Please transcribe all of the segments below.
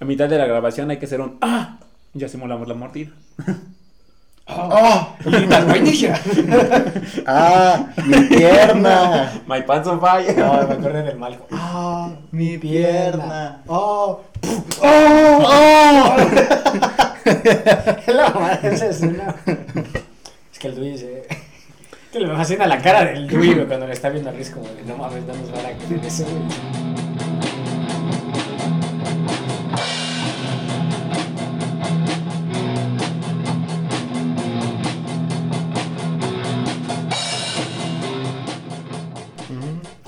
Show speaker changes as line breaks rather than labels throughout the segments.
a mitad de la grabación hay que hacer un ¡Ah! Ya simulamos la mordida.
¡Oh! ¡Y la vainilla!
¡Ah! ¡Mi pierna!
My pants on fire.
No, me acuerdo en el malco. ¡Ah! ¡Mi pierna!
pierna.
¡Oh!
¡Oh!
Ah, La madre esa es una. Es que el Dui se. Que le fascina la cara del Dui güey, cuando le está viendo a Riz como de no mames, no nos van a creer eso. güey".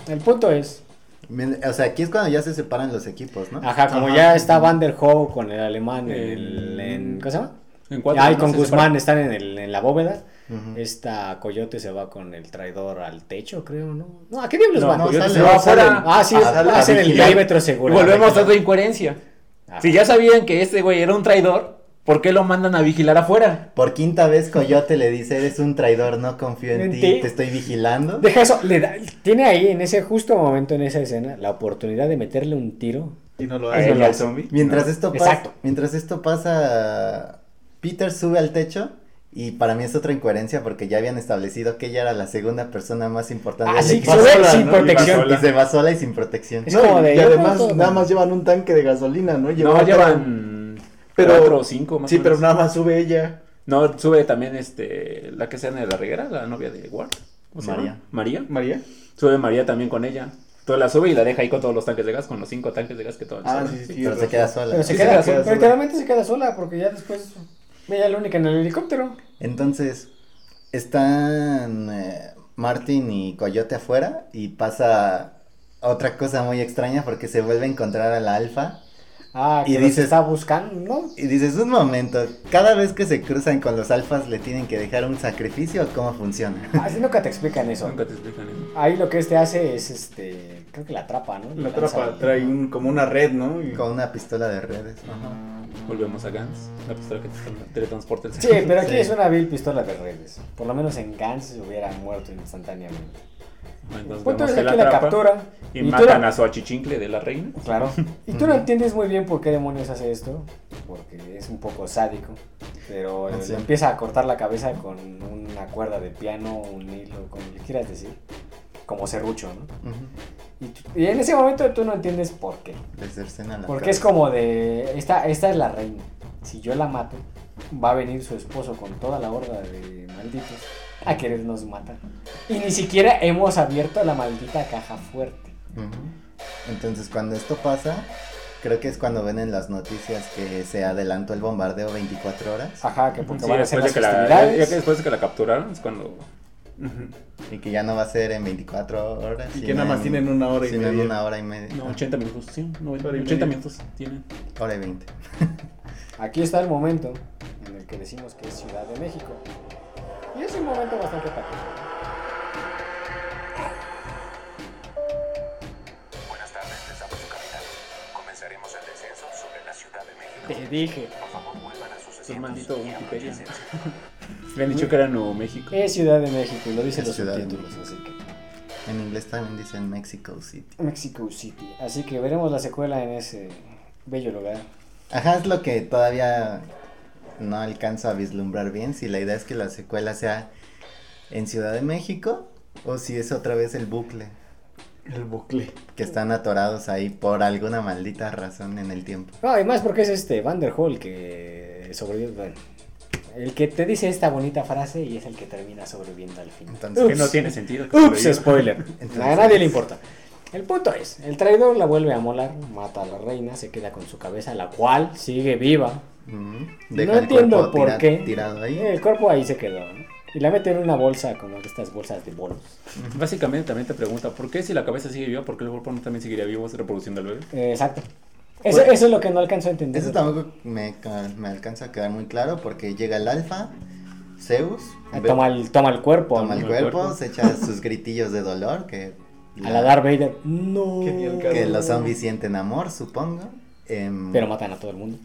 El punto es,
Men- O sea, aquí es cuando ya se separan los equipos, ¿no?
ajá, como
Ajá.
ya está Van der Hoe con el alemán, el,
El-
en- ¿cómo se llama?
En cuatro
Ah, y con
semanas se
Guzmán están en, el, en la bóveda.
Ujú.
Esta Coyote se va con el traidor al techo, creo, ¿no? No, ¿a qué diablos
No,
van?
no,
Coyote
sale,
se va
sale.
afuera. Ah, sí,
Ah, sale a
hacen el
vigilar.
perímetro
separan.
seguro.
Volvemos a otra incoherencia.
Ajá.
Si ya sabían que este güey era un traidor, ¿por qué lo mandan a vigilar afuera?
Por quinta vez Coyote le dice, eres un traidor, no confío en,
¿En
ti,
ti?
te estoy vigilando.
Deja eso, le da- tiene ahí en ese justo momento, en esa escena, la oportunidad de meterle un tiro.
Y no lo
hace.
hace.
¿Eso lo hace zombie?
Mientras,
No.
esto
Exacto.
pasa, mientras esto pasa, Peter sube al techo y para mí es otra incoherencia porque ya habían establecido que ella era la segunda persona más importante.
Ah,
del
sí,
equipo.
sube
Va sola,
sin
¿no?
protección.
Y, va sola. Y se va sola y sin protección.
Es como
y-
de,
y
yo
además
puedo-
nada más llevan un tanque de gasolina, ¿no?
No,
Llevan-
llevan
Pero-
cuatro o cinco más
Sí,
o
pero
menos.
nada más sube ella.
No, sube también este, la que sea de la reguera, la novia de Ward. ¿Cómo se
María.
llama? María.
María.
Sube María también con ella. Entonces la sube y la deja ahí con todos los tanques de gas, con los cinco tanques de gas que todos.
Ah, sí, sí.
pero se queda sola.
Pero se
Sí,
queda,
se
sola,
queda
pero
sola.
literalmente se queda sola porque ya después ella es la única en el helicóptero.
Entonces, están eh, Martin y Coyote afuera y pasa otra cosa muy extraña porque se vuelve a encontrar a la alfa
Ah,
Y
que los
dices-
está buscando, ¿no?
y dices, un momento, cada vez que se cruzan con los alfas le tienen que dejar un sacrificio, ¿cómo funciona?
Así Ah, nunca te explican eso.
Nunca te explican ¿eh? eso.
Ahí lo que este hace es, este, creo que la atrapa, ¿no?
La
Lanza
trapa
ahí.
trae un, como una red, ¿no? Y-
Con una pistola de redes. ajá.
Volvemos a Gans, la pistola que te teletransporta el
Sí, pero aquí
Sí.
es una vil pistola de redes. Por lo menos en Gans se hubiera muerto instantáneamente.
Entonces
Punto
vemos
es
que
que
la
la
atrapa
captura.
y,
tú
matan
no-
a su achichincle de la reina.
Claro. Y tú no entiendes muy bien por qué demonios hace esto, porque es un poco sádico, pero eh,
Ah, Sí.
le empieza a cortar la cabeza con una cuerda de piano, un hilo, como le quieras decir, como serrucho, ¿no?
Ujú.
Y, tú- y en ese momento tú no entiendes por qué,
Les cercena la
porque
cara.
es como de, esta, esta es la reina, si yo la mato, va a venir su esposo con toda la horda de malditos a querernos matar. Y ni siquiera hemos abierto la maldita caja fuerte.
Ujú. Entonces, cuando esto pasa, creo que es cuando ven en las noticias que se adelantó el bombardeo 24 horas
Ajá, que eh, porque
Sí,
van a ser
después, de
las
que la, ya-
festividades.
ya que después de que la capturaron es cuando... Ujú.
y que ya no va a ser en 24 horas.
Y que
sino
nada más
en-
tienen una hora y
sino en
media.
una hora y media.
No,
Ah,
80 minutos, sí, no,
Hora
80
y media.
minutos tienen.
Pues
Hora y 20.
Aquí está el momento en el que decimos que es Ciudad de México. Y es un momento bastante particular.
Buenas tardes, les habla su capitán. Comenzaremos el descenso sobre la Ciudad de México.
Te dije.
Por favor, vuelvan a sus
Es un
asientos.
maldito
y
Wikipedia.
abróchense.
Le han dicho que era Nuevo México.
Es Ciudad de México y lo dicen
Es
los
Ciudad de
subtítulos, así que.
En inglés también dicen Mexico City.
Mexico City. Así que veremos la secuela en ese bello lugar.
Ajá, es lo que todavía no alcanzo a vislumbrar bien. Si la idea es que la secuela sea en Ciudad de México o si es otra vez el bucle.
El bucle.
Que están atorados ahí por alguna maldita razón en el tiempo.
No, y más porque es este Van der Hol que sobrevive. bueno, el que te dice esta bonita frase y es el que termina sobreviviendo al final.
Entonces,
Que no
Ups.
tiene sentido. que
Ups,
sobreviva.
spoiler.
Entonces-
a nadie le importa. El punto es, el traidor la vuelve a molar, mata a la reina, se queda con su cabeza, la cual sigue viva.
Ujú.
no
el
entiendo
cuerpo
por
tira-
qué. Eh,
Tirado ahí.
El cuerpo ahí se quedó. ¿no? Y la meten en una bolsa, como de estas bolsas de bolos.
Básicamente también te pregunta, ¿por qué si la cabeza sigue viva, por qué el cuerpo no también seguiría vivo reproduciendo al bebé?
Eh, exacto. Eso, eso es lo que no alcanzó a entender.
Eso tampoco me, ca- me alcanza a quedar muy claro porque llega el alfa, Zeus,
Ah,
ve-
Toma el, toma el cuerpo.
toma el
¿no?
cuerpo,
cuerpo.
se echa sus gritillos de dolor que,
A la Darth Vader. No.
Que ni al caso.
que los zombies sienten amor, supongo. Em,
Pero matan a todo el mundo.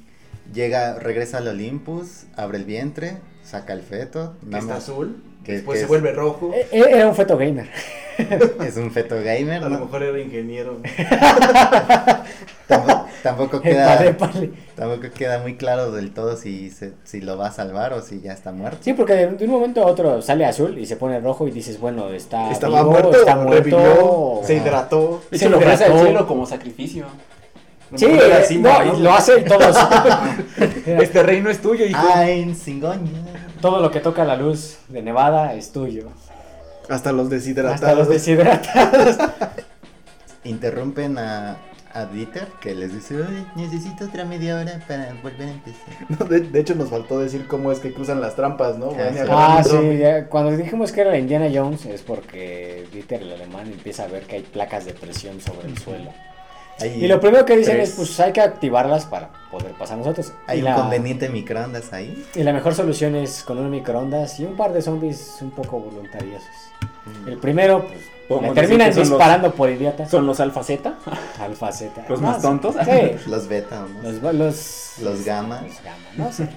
llega, regresa al Olympus, abre el vientre, saca el feto,
Que
nada
está
más.
azul.
Que-
después
que
se
es-
vuelve rojo.
Eh, eh, Era un feto gamer.
es un feto
A
gamer,
lo
¿no?
mejor era ingeniero.
Tampoco- Tampoco
Épale,
queda,
épale.
tampoco queda muy claro del todo si, se- si lo va a salvar o si ya está muerto.
Sí, porque de, de un momento a otro sale azul y se pone rojo y dices, bueno,
Ah,
está
Estaba
vivo,
muerto,
está muerto.
revivió, se
Ajá.
hidrató.
De
Se
hecho, lo
lo
ofrece al
gastó.
cielo como sacrificio.
Sí,
Pero era
eh,
así,
no,
¿no?
y lo hacen todos.
Este reino es tuyo, hijo.
Ah, en Singoña.
Todo lo que toca la luz de Nevada es tuyo.
Hasta los deshidratados.
Hasta los deshidratados.
Interrumpen a, a Dieter que les dice, "Oye, necesito otra media hora para volver a empezar.
No, de, de hecho, nos faltó decir cómo es que cruzan las trampas, ¿no? Van y
sí.
agarran
Ah,
un
sí,
zombie.
ya, cuando dijimos que era la Indiana Jones es porque Dieter el alemán empieza a ver que hay placas de presión sobre el suelo.
Hay,
Y lo primero que dicen
Tres.
es, pues hay que activarlas para poder pasar nosotros.
hay
y,
un
la,
conveniente microondas ahí.
y la mejor solución es con un microondas y un par de zombies un poco voluntariosos. El primero, pues,
Podemos
le
decir
terminan
que son los-
disparando por idiota.
Son los alfa Z,
Alfa Z.
los
No,
más tontos.
Sí.
Los beta, ¿no?
Los, los,
Los gamma.
Los gamma, no sé.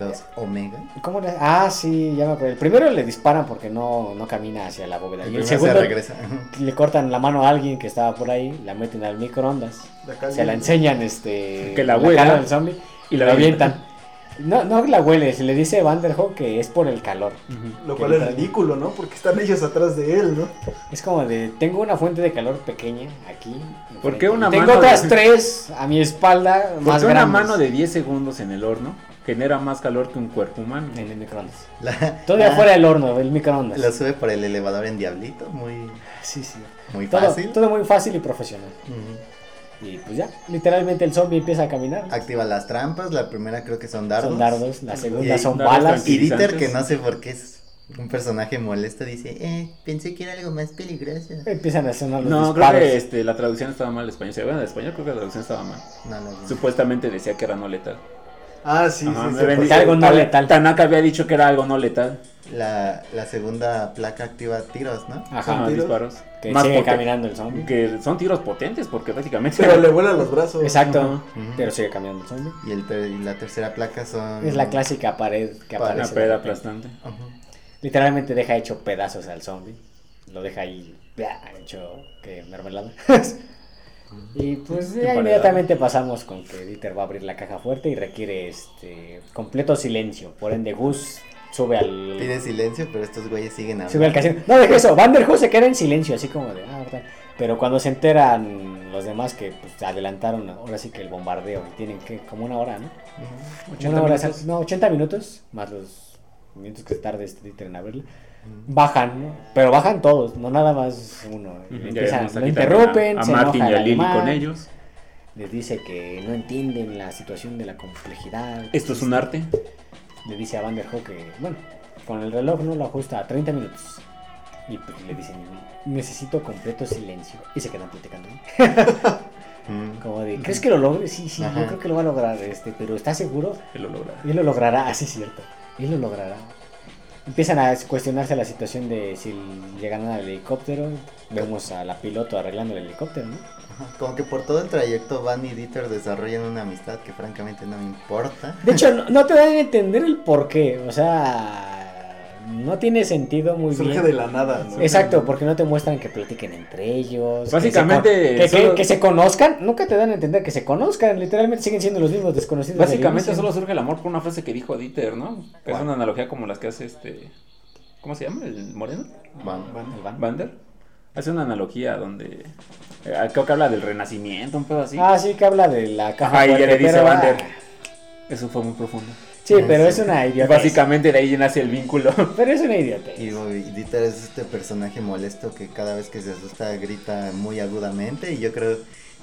los omega.
¿Cómo le- Ah, sí, ya me acuerdo. El primero le disparan porque no, no camina hacia la bóveda.
El
Y el
primero
segundo
se regresa.
le cortan la mano a alguien que estaba por ahí, la meten al microondas,
De acá
se la
viene.
enseñan este,
Que la
cara
huela.
del zombie y
Y
la
la
avientan. No, no la huele, se le dice Vanderhoek que es por el calor.
Lo cual es ridículo, ¿no? Porque están ellos atrás de él, ¿no?
Es como de, tengo una fuente de calor pequeña aquí.
¿Por
enfrente.
qué una
Y tengo
mano
otras
de-
tres a mi espalda más
Porque una
grandes
mano de 10 segundos en el horno genera más calor que un cuerpo humano.
en el microondas.
La-
Todavía
ah,
fuera del horno, el microondas.
Lo sube por el elevador en Diablito, muy,
Sí, sí.
muy
Todo,
fácil.
todo muy fácil y profesional.
Ujú.
Y pues ya, literalmente el zombie empieza a caminar.
Activa las trampas, la primera creo que son dardos.
Son dardos, la segunda
Y-
son
dardos
balas.
Y Dieter,
Utilizantes.
que no sé por qué es un personaje molesto, dice, eh, pensé que era algo más peligroso.
Empiezan a sonar los
No,
disparos.
creo que este, la traducción estaba mal en español. Sí, Bueno, en español creo que la traducción estaba mal.
No
Mm.
lo vi.
Supuestamente decía que era no letal.
Ah, sí,
Ajá,
sí.
me
sí,
ven-
porque-
dice- algo no
Tan-
letal.
Tanaka había dicho que era algo no letal.
La, la segunda placa activa tiros, ¿no?
Ajá.
Ajá,
tiros.
disparos.
Que
Más
sigue
porque-
caminando el zombie.
Que son tiros potentes porque prácticamente.
Pero le vuelan los brazos.
Exacto.
Ujú.
Pero sigue caminando el zombie.
Y, el ter- y la tercera placa son...
Es la clásica pared que
Para
Una
aparece.
peda
de repente.
aplastante.
Ujú.
Literalmente deja hecho pedazos al zombie. Lo deja ahí bla, hecho que mermelada. y pues ya
Emparedado.
inmediatamente pasamos con que Dieter va a abrir la caja fuerte y requiere este completo silencio. Por ende, Gus sube al
Pide silencio, pero estos güeyes siguen
Sube al
hablando.
casino. No, deja eso. Van der Hoek se queda en silencio, así como de, ah, verdad. Pero cuando se enteran los demás que pues, adelantaron, ahora sí que el bombardeo, y tienen que, como una hora, ¿no?
Ujú.
80
una hora,
minutos.
no, 80 minutos, más los minutos que tarde este Dieter en abrirla.
Ujú.
Bajan, ¿no? pero bajan todos, no nada más uno.
Ujú, ya
Empiezan,
vimos
lo
aquí también
interrumpen,
a, a
se
Martin
enoja
y a
el
Lily
alemán,
con ellos.
Les dice que no entienden la situación de la complejidad.
Esto es un arte.
le dice a Van der Hoe que, bueno, con el reloj no lo ajusta a 30 minutos. Y pues le dicen, necesito completo silencio. Y se quedan platicando. ¿no?
Ujú.
Como de, ¿crees que lo logre? Sí, sí, yo
Ajá.
creo que lo va a lograr, este, pero ¿estás seguro?
Que lo logra.
Y él lo logrará, así es cierto. Y él lo logrará. Empiezan a cuestionarse la situación de si llegan al helicóptero. Vemos a la piloto arreglando el helicóptero, ¿no?
Ajá. Como que por todo el trayecto Van y Dieter desarrollan una amistad que francamente no me importa.
De hecho, no, no te dan a entender el por qué. O sea, no tiene sentido muy bien.
Surge de la nada, ¿no?
Exacto, porque no te muestran que platiquen entre ellos. que
Básicamente,
se con- Que que- que se,
solo-
conozcan. Nunca te dan a entender que se conozcan. Literalmente siguen siendo los mismos desconocidos. del
Básicamente
inicio.
solo surge el amor por una frase que dijo Dieter, ¿no? Que es
¿Cuál?
una analogía como las que hace este. ¿Cómo se llama? ¿El moreno?
Van.
El van.
Bander. Hace una analogía donde. eh, creo que habla del renacimiento, un pedo así.
Ah, sí, que habla de la caja.
Ajá, y ya
fuerte,
le dice
pero, ah,
Bander. Eso fue muy profundo.
Sí, pero
Sí.
es una
Y
idiota.
básicamente de ahí nace el vínculo.
Pero es una idiota.
Y y Dieter es este personaje molesto que cada vez que se asusta grita muy agudamente y yo creo,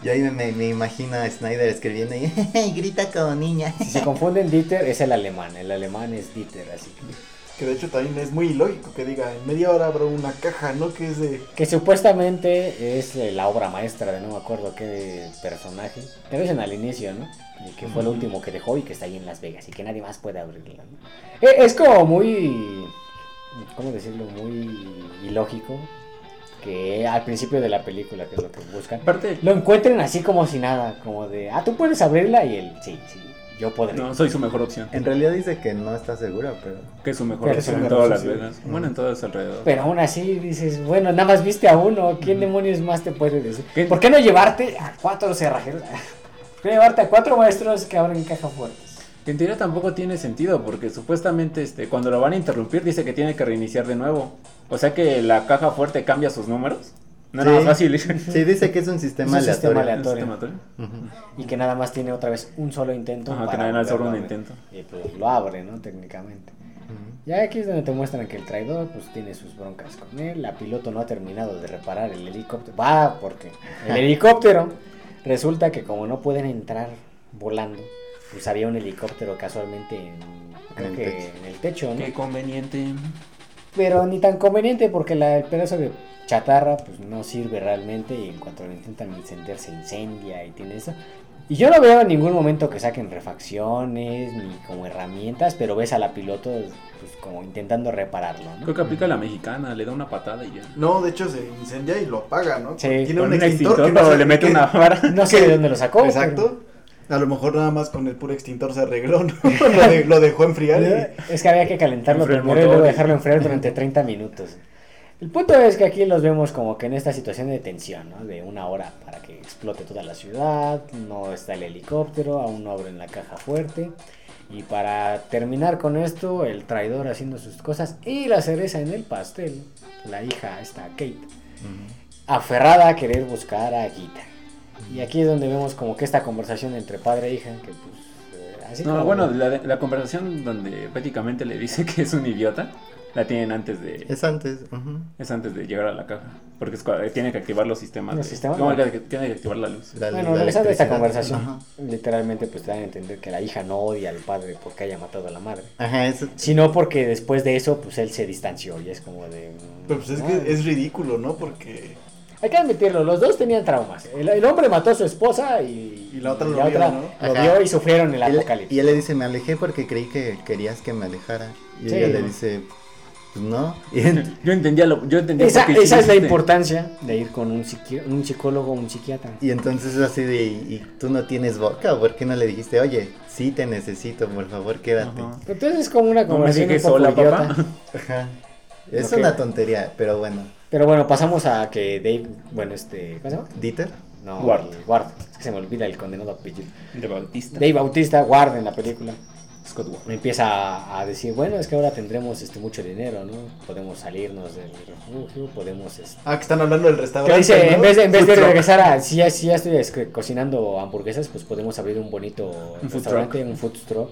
yo ahí me, me imagino a Snyder escribiendo y, "Jeje, grita como niña.
Si se confunden, Dieter es el alemán. El alemán es Dieter, así que.
Que de hecho también es muy ilógico que diga, en media hora abro una caja, ¿no? Que es de...
Que supuestamente es eh, la obra maestra de no me acuerdo qué personaje. Te dicen al inicio, ¿no? Y que fue el último que dejó y que está ahí en Las Vegas y que nadie más puede abrirla. ¿no? Eh, Es como muy. ¿Cómo decirlo? Muy ilógico. Que al principio de la película, que es lo que buscan,
Aparte,
lo encuentren así como si nada. Como de, ah, tú puedes abrirla y él, sí, sí, yo podré.
no, soy su mejor opción.
En realidad dice que no está seguro, pero
Que es su mejor
Pero
opción
sí,
en
me
todas las
parece, sí.
venas. Bueno, en todas alrededor.
Pero aún así dices, bueno, nada más viste a uno, ¿quién demonios más te puede decir?
¿Qué?
¿Por qué no llevarte a cuatro cerrajeros? Quiero llevarte a cuatro maestros que abren caja fuertes.
Que En teoría tampoco tiene sentido porque supuestamente este, cuando lo van a interrumpir dice que tiene que reiniciar de nuevo. O sea que la caja fuerte cambia sus números. No era
Sí.
más fácil.
Sí, dice que es un sistema
Es un sistema
aleatorio.
¿El
aleatorio.
sistema actual?
Ujú.
Y que nada más tiene otra vez un solo intento.
Ajá, que
para
nada más solo un
volverlo a abrir.
intento.
Y pues lo abre, ¿no? Técnicamente.
Ujú.
Ya aquí es donde te muestran que el traidor pues tiene sus broncas con él. La piloto no ha terminado de reparar el helicóptero. Va, porque el helicóptero resulta que como no pueden entrar volando, pues había un helicóptero casualmente en, creo
el
que
techo.
en el techo, ¿no?
Qué conveniente.
Pero ni tan conveniente porque la, el pedazo de chatarra pues no sirve realmente y en cuanto lo intentan encender se incendia y tiene eso. Y yo no veo en ningún momento que saquen refacciones ni como herramientas, pero ves a la piloto pues como intentando repararlo, ¿no?
Creo que aplica la mexicana, le da una patada y ya.
No, de hecho se incendia y lo apaga, ¿no?
Sí,
Tiene
Con
un extintor, que no
pero
sé
le mete
qué-
una vara.
No sé de dónde lo sacó. pero-
Exacto. A lo mejor nada más con el puro extintor se arregló, ¿no? lo, de- lo dejó enfriar y-
Es que había que calentarlo
Enfriar el
primero y luego
motor y-
dejarlo enfriar durante 30 minutos. El punto es que aquí los vemos como que en esta situación de tensión, ¿no? De una hora para que explote toda la ciudad, no está el helicóptero, aún no abren la caja fuerte. Y para terminar con esto, el traidor haciendo sus cosas y la cereza en el pastel, la hija está Kate, aferrada a querer buscar a Gita. Y aquí es donde vemos como que esta conversación entre padre e hija, que pues... eh, así
No,
como-
bueno, la, de- la conversación donde prácticamente le dice que es un idiota, la tienen antes de... Es,
Es antes. ujú.
antes de llegar a la caja. Porque es cua- eh, tiene que activar los sistemas.
Los
de-
sistemas,
no,
¿no?
tiene que- tiene que activar la luz.
La-
Bueno,
la
regresando a esta
electricidad.
conversación,
Ajá.
literalmente pues te dan a entender que la hija no odia al padre porque haya matado a la madre,
Ajá, eso.
sino porque después de eso pues él se distanció y es como de... mm,
Pero pues es
¿no?
que es ridículo, ¿no? Porque
Hay que admitirlo, los dos tenían traumas. El, el hombre mató a su esposa y,
Y la otra lo vio, ¿no?
lo
Ajá.
vio y sufrieron el
Y él-
apocalipsis.
Y él le dice, me alejé porque creí que querías que me alejara. Y
Sí.
ella le dice, pues no. Y él-
Yo entendía lo... Yo entendía
esa
por qué
esa es la
hiciste-
importancia de ir con un, psiqui- un psicólogo o un psiquiatra.
Y entonces es así de, ¿y tú no tienes boca? ¿Por qué no le dijiste, oye, sí te necesito, por favor, quédate?
Ajá.
Entonces es como una
No me
conversación un
dejes
poco
sola,
idiota.
papá.
Ajá. Es
Ok.
una tontería, pero bueno.
Pero bueno, pasamos a que Dave, bueno, este, ¿cómo se llama?
Dieter,
No,
Ward.
Ward. Es que se me olvida el condenado apellido.
De Bautista.
Dave Bautista, guarda en la película,
Scott Ward.
empieza a- a decir, bueno, es que ahora tendremos este mucho dinero, ¿no? Podemos salirnos del refugio, podemos... Este...
ah que están hablando del
Que
restaurante.
dice,
¿no?
en vez de, en vez de
Food truck.
regresar a, si ya, si ya estoy es- cocinando hamburguesas, pues podemos abrir un bonito
food
restaurante, un food truck.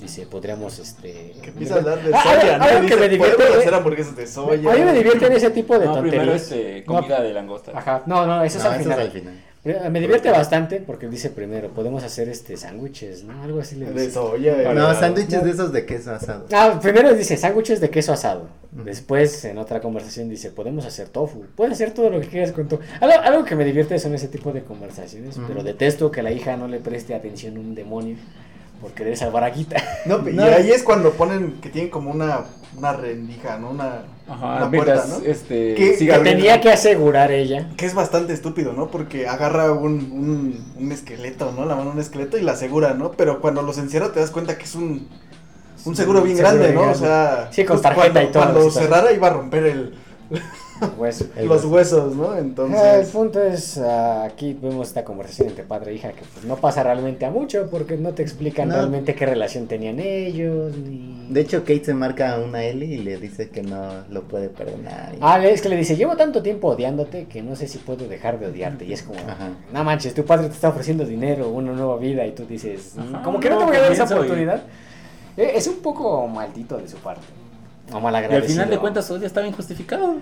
Dice, podríamos, este...
Que empieza a hablar de
Ah, algo-
soya, ¿no?
algo que
Dice,
me divierte,
"Podemos
eh.
hacer hamburguesas de
A
soya.
mí me divierten ese tipo de
No, primero
tonterías.
este,
No,
comida de langosta.
Ajá, no, no, eso es
No,
al
eso
final.
es al final.
Eh, Me divierte bastante porque dice primero, podemos hacer este sándwiches, ¿no? Algo así le
De
dice.
soya. eh.
Para-
No, sándwiches de esos de queso asado.
Ah, primero dice sándwiches de queso asado.
Ujú.
Después, en otra conversación, dice, podemos hacer tofu. Puedes hacer todo lo que quieras con tofu. Algo, algo que me divierte son ese tipo de conversaciones,
Ujú.
pero detesto que la hija no le preste atención a un demonio por querer salvar a Guita.
No, y
No.
ahí es cuando ponen que tienen como una, una rendija, ¿no? Una,
Ajá,
una puerta,
mientras
¿no?
eh.
este,
¿Qué-
siga
qué
abriendo.
Tenía que asegurar ella.
Que es bastante estúpido, ¿no? Porque agarra un, un, un esqueleto, ¿no? La mano a un esqueleto y la asegura, ¿no? Pero cuando los encierra te das cuenta que es un, un seguro bien
seguro
grande,
bien
¿no?
grande.
O sea...
Sí, con
pues,
tarjeta
cuando-
y todo,
Cuando
sí,
cerrara iba a romper el,
Pues,
El
los
hueso.
huesos, ¿no?
Ah, El
Entonces...
punto es, ah, aquí vemos esta conversación entre padre e hija que pues, no pasa realmente a mucho porque no te explican
No.
realmente qué relación tenían ellos. Ni...
De hecho, Kate se marca a una Ellie y le dice que no lo puede perdonar. Y-
Ah, es que le dice, llevo tanto tiempo odiándote que no sé si puedo dejar de odiarte. Y es como,
Ajá.
no manches, tu padre te está ofreciendo dinero, una nueva vida, y tú dices, "Mm,
Ajá,
como que no
no,
te voy a dar esa
comienzo y-
oportunidad. Eh, Es un poco maldito de su parte. O
Y al
malagradecido.
final de cuentas, odia estaba injustificado.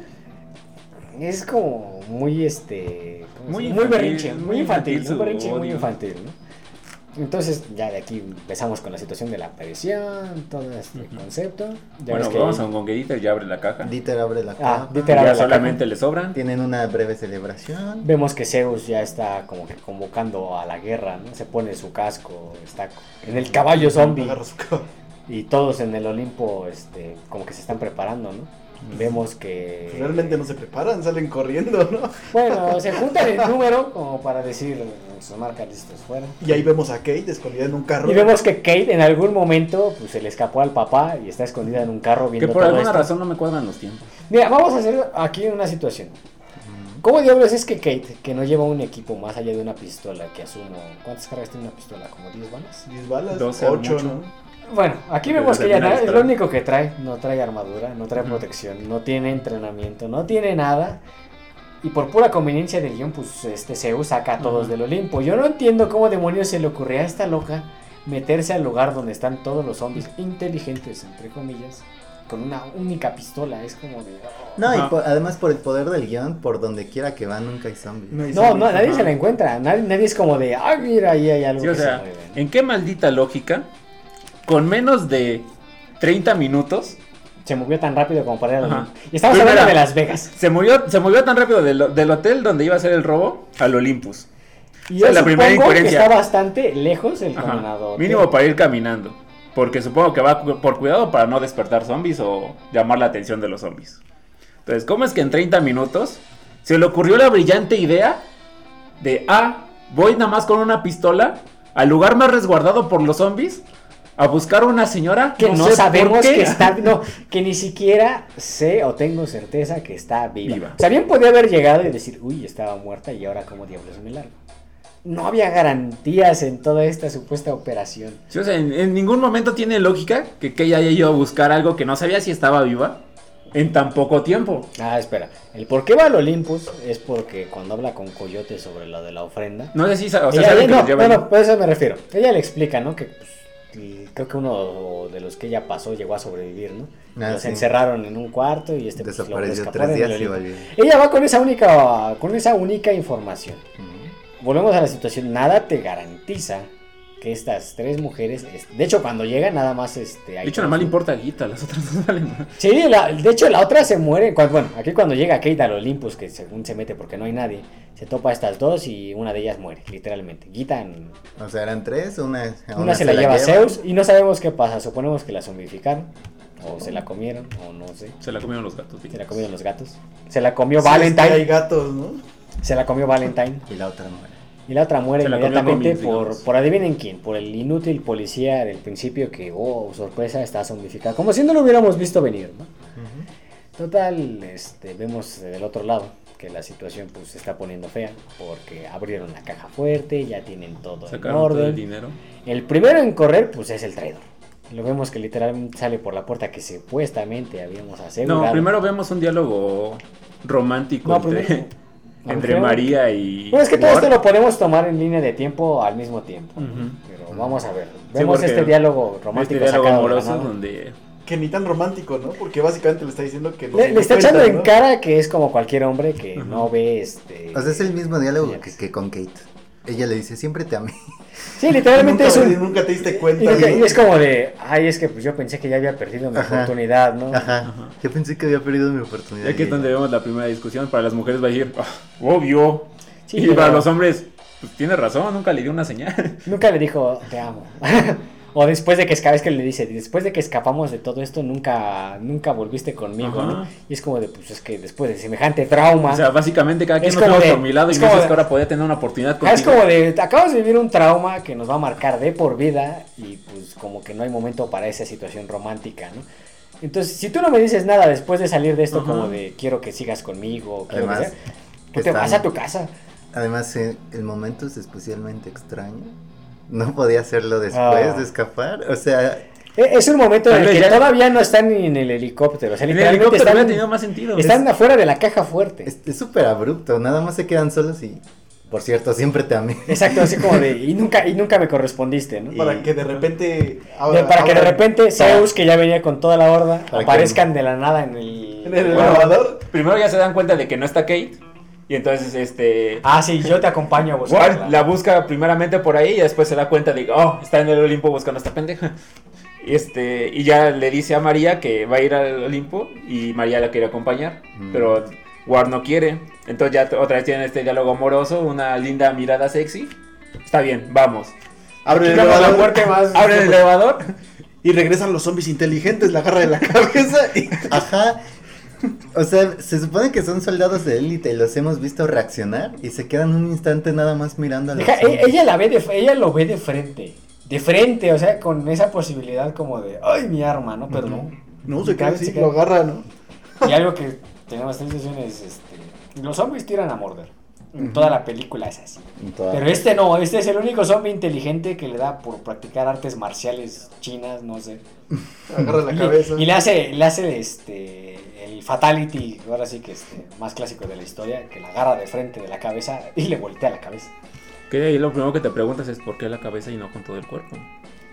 Es como muy, este... ¿cómo
Muy
se llama?
infantil,
berrinche, muy
muy
infantil,
infantil
un
su
berrinche muy
odio.
infantil, ¿no? Entonces, ya de aquí empezamos con la situación de la aparición, todo este
Ujú.
concepto. Ya ves
bueno, pues
que-
vamos a un Dieter ya abre la caja.
Dieter abre la
Ah,
caja.
Dieter abre
Ya
la caja.
solamente le sobran.
Tienen una breve celebración.
Vemos que Zeus ya está como que convocando a la guerra, ¿no? Se pone su casco, está en el caballo zombie
Agarra su cab-
y todos en el Olimpo este, como que se están preparando, ¿no? Vemos que...
Pues Realmente no se preparan, salen corriendo, ¿no?
Bueno, se juntan en número como para decir sus marcas listos fuera.
Y ahí vemos a Kate escondida en un carro.
Y vemos que Kate en algún momento pues, se le escapó al papá y está escondida en un carro
Que
viendo
por
todo
alguna
esto.
razón no me cuadran los tiempos.
Mira, vamos a hacer aquí una situación. ¿Cómo diablos es que Kate, que no lleva un equipo más allá de una pistola, que asumo... ¿Cuántas cargas tiene una pistola? ¿Como 10 balas?
10 balas,
Doce al
8,
mucho.
¿no?
Bueno, aquí
Pero
vemos que
también
ya nada,
hay
es lo
otra.
único que trae. No trae armadura, no trae
Ujú.
protección, no tiene entrenamiento, no tiene nada. Y por pura conveniencia del guión, pues este Zeus saca a todos
Ujú.
del Olimpo. Yo no entiendo cómo demonios se le ocurría a esta loca meterse al lugar donde están todos los zombies inteligentes, entre comillas, con una única pistola. Es como de.
No, y
Ajá.
por- además por el poder del guión, por donde quiera que va, nunca hay zombies.
hay
No, no,
zombies,
nadie
ajá.
se la encuentra. Nadie, nadie es como de. Ah, mira, ahí hay algo
Sí,
que
o
se
sea,
mueve", ¿no?
¿en qué maldita lógica? Con menos de 30 minutos
Se movió tan rápido como para ir al
Ajá.
Olimpo. Y estamos
Primera.
hablando de Las Vegas.
se movió, se movió tan rápido del, del hotel donde iba a ser el robo al Olympus.
Y
O sea,
yo
la primera
supongo que
incoherencia.
está bastante lejos el ¿eh?
Ajá.
caminador.
Mínimo para ir caminando. Porque supongo que va cu- por cuidado para no despertar zombies o llamar la atención de los zombies. Entonces, ¿cómo es que en 30 minutos se le ocurrió la brillante idea de, ah, voy nada más con una pistola al lugar más resguardado por los zombies a buscar a una señora
Que no,
sé por
sabemos
qué?
que está. No, que ni siquiera sé o tengo certeza que está viva.
Viva.
O sea, bien podía haber llegado y decir, uy, estaba muerta y ahora cómo diablos me largo. No había garantías en toda esta supuesta operación.
Sí, o sea, en, en ningún momento tiene lógica que Kay haya ido a buscar algo que no sabía si estaba viva en tan poco tiempo.
Ah, espera. El por qué va al Olympus es porque cuando habla con Coyote sobre lo de la ofrenda,
No sé si sa- o sea,
Ella-
sabe
ella-
que los
eh, no,
lleva
no,
ahí.
no, por eso me refiero. Ella le explica, ¿no? Que pues, y creo que uno de los que ella pasó llegó a sobrevivir, ¿no?
Ah,
los
sí.
encerraron en un cuarto y este pues, logró
Desapareció
escapar
tres
en
días
el
y
Olimpo.
volvió.
Ella va con esa única con esa única información.
Ujú.
Volvemos a la situación, nada te garantiza que estas tres mujeres, es- de hecho cuando llegan nada más este hay
De hecho, nada más le importa a Guita, las otras no valen más.
Sí, la- de hecho la otra se muere. cuan- bueno, aquí cuando llega Kate al Olympus, que según se mete porque no hay nadie, se topa a estas dos y una de ellas muere, literalmente. Gitan
O sea, eran tres, una, a
Una, se la lleva Zeus y no sabemos qué pasa. Suponemos que la zombificaron. O se la comieron. O no sé.
Se la comieron los gatos.
Se la comieron los gatos. Se la comió
Sí, es que hay
Valentine.
gatos, ¿no?
Se la comió Valentine.
Y la otra muere.
Y la otra muere
Se la comió
inmediatamente
Goblin,
por,
digamos.
por adivinen quién. Por el inútil policía del principio que, oh, sorpresa, está zombificada. Como si no lo hubiéramos visto venir, ¿no? Total, este, vemos del otro lado que la situación pues se está poniendo fea porque abrieron la caja fuerte, ya tienen todo en
Sacaron
orden.
todo el dinero.
El primero en correr, pues es el traidor. Lo vemos que literalmente sale por la puerta que supuestamente habíamos asegurado.
No, primero vemos un diálogo romántico
No,
entre,
primero- no,
entre
primero-
María y.
Bueno, es que todo
Ward.
esto lo podemos tomar en línea de tiempo al mismo tiempo.
Ujú.
Pero vamos a ver. Vemos
porque
este diálogo
Este
romántico.
diálogo
sacado de la
amoroso
nada.
donde.
Que ni tan romántico, ¿no? Porque básicamente le está diciendo que... no
Le,
se
Pues,
le está
cuenta,
echando en
¿no?
cara que es como cualquier hombre que
Ujú.
no ve este.
O sea, es el mismo diálogo
Yes.
que, que con Kate. Ella le dice, siempre te amé.
Sí, literalmente es
nunca,
un.
Nunca te diste
Y,
cuenta.
nunca- y
¿no?
es como de. Ay, es que pues yo pensé que ya había perdido mi
Ajá.
oportunidad, ¿no?
Ajá. Yo pensé que había perdido mi oportunidad.
Ya que
Y-
es donde vemos la primera discusión, para las mujeres va a decir, "Ah, obvio.
Sí,
y
pero-
para los hombres, pues tiene razón, nunca le dio una señal.
Nunca le dijo, te amo. o después de que escapes que le dice, después de que escapamos de todo esto, nunca, nunca volviste conmigo,
Ajá.
¿no? Y es como de, pues es que después de semejante trauma.
O sea, básicamente cada quien
Ah. Es
nos
como
fuimos
de-
por mi lado y
es
me
como
dices
de-
que ahora podía tener una oportunidad
Ah, es
contigo.
como de, te acabas de vivir un trauma que nos va a marcar de por vida y pues como que no hay momento para esa situación romántica, ¿no? Entonces, si tú no me dices nada después de salir de esto,
Ajá.
como de quiero que sigas conmigo, quiero que
Además,
sea, tú
que
te vas
están-
a tu casa.
Además, eh, el momento es especialmente extraño. No podía hacerlo después
Ah.
de escapar. O sea,
E- Es un momento en
Tal
el que
vez ya-
todavía no están ni en el helicóptero. O sea,
En el
literalmente
helicóptero
están,
hubiera tenido más sentido.
están afuera de la caja fuerte.
es es súper abrupto. Nada más se quedan solos y, por cierto, siempre te amé.
Exacto, así como de, y nunca, y nunca me correspondiste, ¿no?
Y-
Para que de repente...
De-
ahora-
para que de
ahora-
repente Zeus, que ya venía con toda la horda,
Para que-
aparezcan de la nada en el...
En el
Bueno.
elevador...
Primero ya se dan cuenta de que no está Kate. Y entonces, este.
Ah, sí, yo te acompaño a
Ward
buscarla.
Pues la busca primeramente por ahí y después se da cuenta de que, oh, está en el Olimpo buscando a esta pendeja. Y Este, y ya le dice a María que va a ir al Olimpo y María la quiere acompañar,
Mm.
pero Ward no quiere. Entonces ya t- otra vez tienen este diálogo amoroso, una linda mirada sexy. Está bien, vamos.
Abre el
Chingamos la
elevador.
puerta
más-
Abren el elevador.
Y regresan los zombies inteligentes, la agarra de la cabeza y...
Ajá. O sea, se supone que son soldados de élite y los hemos visto reaccionar y se quedan un instante nada más mirando a los
Deja- e-
zombies.
ella, la ve de, ella lo ve de frente. De frente, o sea, con esa posibilidad como de, ay, mi arma, ¿no? Pero no.
No, se
queda
queda así, lo agarra, ¿no?
Y algo que tenemos tres sesiones, este, Los zombies tiran a morder. En toda la película es así.
En toda-
Pero este no, este es el único zombie inteligente que le da por practicar artes marciales chinas, no sé.
Agarra
Y
la
le,
cabeza.
y le hace, le hace este el fatality, ahora sí que este, más clásico de la historia, que la agarra de frente de la cabeza y le voltea la cabeza.
Que ahí lo primero que te preguntas es por qué la cabeza y no con todo el cuerpo.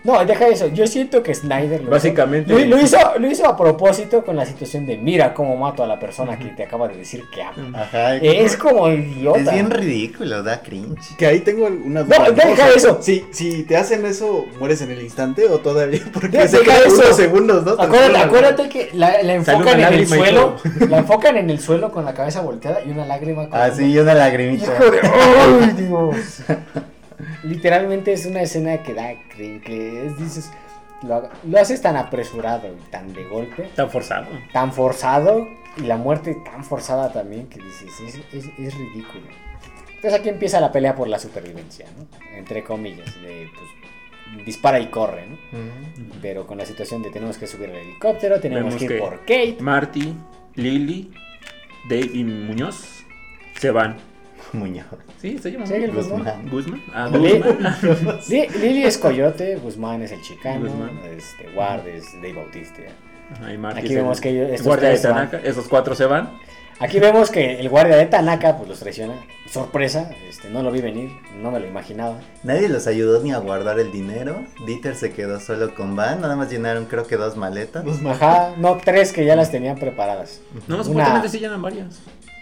No, deja eso. Yo siento que Snyder lo
Básicamente-
hizo, lo, lo hizo, lo hizo a propósito con la situación de mira cómo mato a la persona que te acaba de decir que amo.
Ajá.
Es como idiota.
Es bien ridículo, da cringe.
Que ahí tengo una
No, deja
O sea,
eso.
Si, si te hacen eso, ¿mueres en el instante o todavía? Porque
Deja
se quedan
eso.
unos segundos, ¿no?
Acuérdate,
Te
acuérdate que la, la
Sale una
enfocan en el
lágrima y
suelo, la enfocan en el suelo con la cabeza volteada y una lágrima. con-
Ah, sí, y una lagrimita.
Hijo de- ¡Ay, Dios! Literalmente es una escena que da cringe, que es- dices, lo, lo haces tan apresurado y tan de golpe,
Está forzado.
tan forzado y la muerte tan forzada también que dices, es, es- es ridículo. Entonces aquí empieza la pelea por la supervivencia, ¿no? Entre comillas, de pues, dispara y corre, ¿no?
Ujú.
Pero con la situación de tenemos que subir al helicóptero, tenemos
Vemos
que ir
que-
por Kate.
Marty, Lily, Dave y Muñoz se van.
Muñoz.
Sí, se llaman
Sí, el
Guzmán.
Guzmán. Guzmán. Ah,
Li-
Guzmán.
Li- Lili es Coyote, Guzmán es el chicano,
Guzmán.
este, Ward es Dave Bautista.
Ajá, y Marty
Aquí
es
vemos
el
que ellos- estos
guardia de
tres van.
Tanaka. Esos cuatro se van.
Aquí vemos que el guardia de Tanaka pues los traiciona. Sorpresa, este, no lo vi venir, no me lo imaginaba.
Nadie los ayudó ni a guardar el dinero. Dieter se quedó solo con Van. Nada más llenaron, creo que dos maletas.
Ajá, no, tres que ya las tenían preparadas.
No,
Una-
supuestamente sí llenan varias.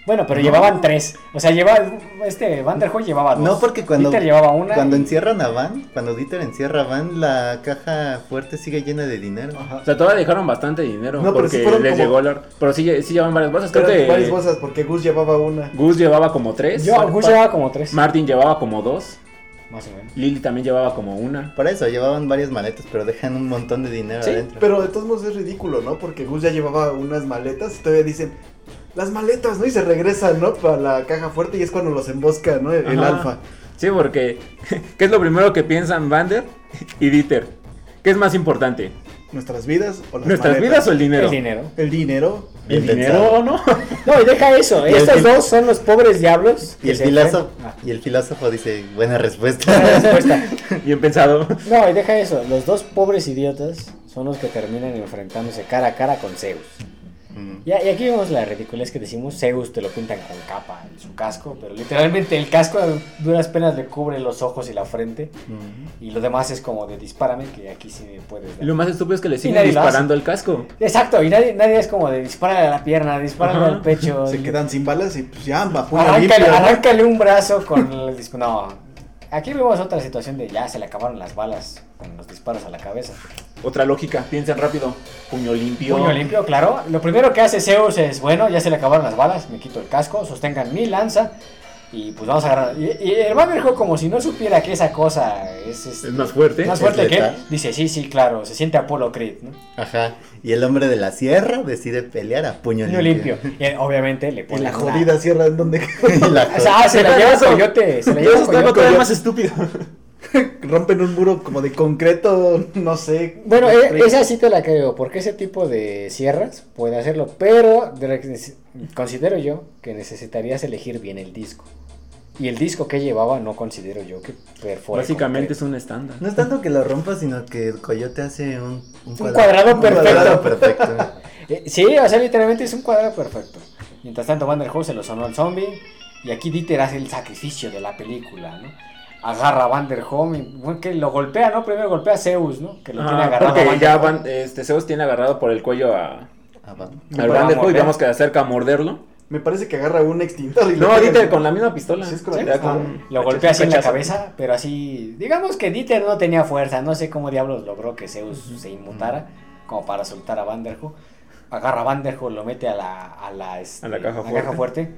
Bueno, pero llevaban tres. O sea, llevaba, este Vanderhoek llevaba dos.
No, porque cuando,
Dieter llevaba una.
cuando
y-
encierran a Van, cuando Dieter encierra a Van, la caja fuerte sigue llena de dinero.
Ajá.
O sea, todavía dejaron bastante dinero
No, pero
porque
sí
les
fueron
llegó
como-
la... Pero sí, lle- sí llevan varias bolsas. Creo
Pero
que
varias bolsas, porque Gus llevaba una.
Gus llevaba como tres.
Yo, Gus llevaba como tres.
Martin llevaba como dos.
Más o menos.
Lily también llevaba como una.
Por eso, llevaban varias maletas, pero dejan un montón de dinero
Sí,
adentro.
Pero de todos modos es ridículo, ¿no? Porque Gus ya llevaba unas maletas y todavía dicen, las maletas, ¿no? Y se regresan, ¿no? Para la caja fuerte y es cuando los embosca, ¿no? El, el
Ajá.
alfa.
Sí, porque ¿qué es lo primero que piensan Vander y Dieter? ¿Qué es más importante?
¿Nuestras vidas o las
¿Nuestras
maletas?
vidas o el dinero?
El dinero.
El dinero.
Bien
¿El
pensado.
dinero no?
No, y deja eso.
Y el
Estos
fil-
dos son los pobres diablos.
Y el, filósofo,
ah.
y el filósofo dice, buena respuesta.
respuesta.
Bien pensado.
No, y deja eso. Los dos pobres idiotas son los que terminan enfrentándose cara a cara con Zeus.
Mm.
Y, y aquí vemos la ridiculez que decimos. Zeus te lo pintan con capa en su casco, pero literalmente el casco a duras penas le cubre los ojos y la frente.
Mm.
Y lo demás es como de dispárame, que aquí sí me puedes dar.
Lo más estúpido es que le siguen
nadie lo hace.
disparando el casco.
Exacto, y nadie, nadie es como de dispárale a la pierna, dispárale
Ajá.
al pecho.
Se quedan sin balas y pues ya, va pura
Arráncale,
limpia. ¿no?
arráncale un brazo con el dis- No, aquí vemos otra situación de ya se le acabaron las balas con los disparos a la cabeza.
Otra lógica, piensen rápido. Puño limpio.
Puño limpio, claro. Lo primero que hace Zeus es, bueno, ya se le acabaron las balas, me quito el casco, sostengan mi lanza y pues vamos a agarrar. Y, y el Vanderhoek como si no supiera que esa cosa es, este,
Es más fuerte.
más fuerte
es
que él,
letal.
dice, sí, sí, claro, se siente Apolo Creed, ¿no?
Ajá. Y el hombre de la sierra decide pelear a puño,
Puño limpio.
limpio.
Y él, obviamente le
En
pone
la
una-
jodida sierra en donde
Y la
O sea, ah, se la lleva el
Eso-
coyote, se la
Y
lleva
eso
el
está lo
coyote.
todavía más estúpido.
rompen un muro como de concreto, no sé.
Bueno,
de
e-
frío.
esa sí te la creo, porque ese tipo de sierras puede hacerlo, pero de- considero yo que necesitarías elegir bien el disco. Y el disco que llevaba no considero yo que perfora.
Básicamente es un estándar.
No es tanto que lo rompa, sino que el coyote hace un, un
cuadrado Eh,
cuadrado perfecto.
sí, o sea, literalmente es un cuadro perfecto. Mientras tanto, Vanderhoek se lo sonó al zombie, y aquí Dieter hace el sacrificio de la película, ¿no? Agarra a Vanderhoek, y- bueno, que lo golpea, ¿no? Primero golpea a Zeus, ¿no? Que lo tiene
Ah,
agarrado. a
porque ya
Vanderhoek.
van, este, Zeus tiene agarrado por el cuello a,
Ah, va.
al
Lo va a
Vanderhoek y
morder.
vemos que se acerca a morderlo.
Me parece que agarra un extintor y lo
No,
pega.
Dieter con la misma pistola.
Sí, es correcto.
Le da con-
Lo golpea así en la
cachazo.
cabeza, pero así. Digamos que Dieter no tenía fuerza. No sé cómo diablos logró que Zeus se inmutara como para soltar a Vanderhoek. Agarra a Vanderhoek, lo mete a la, a la, este,
A la caja fuerte.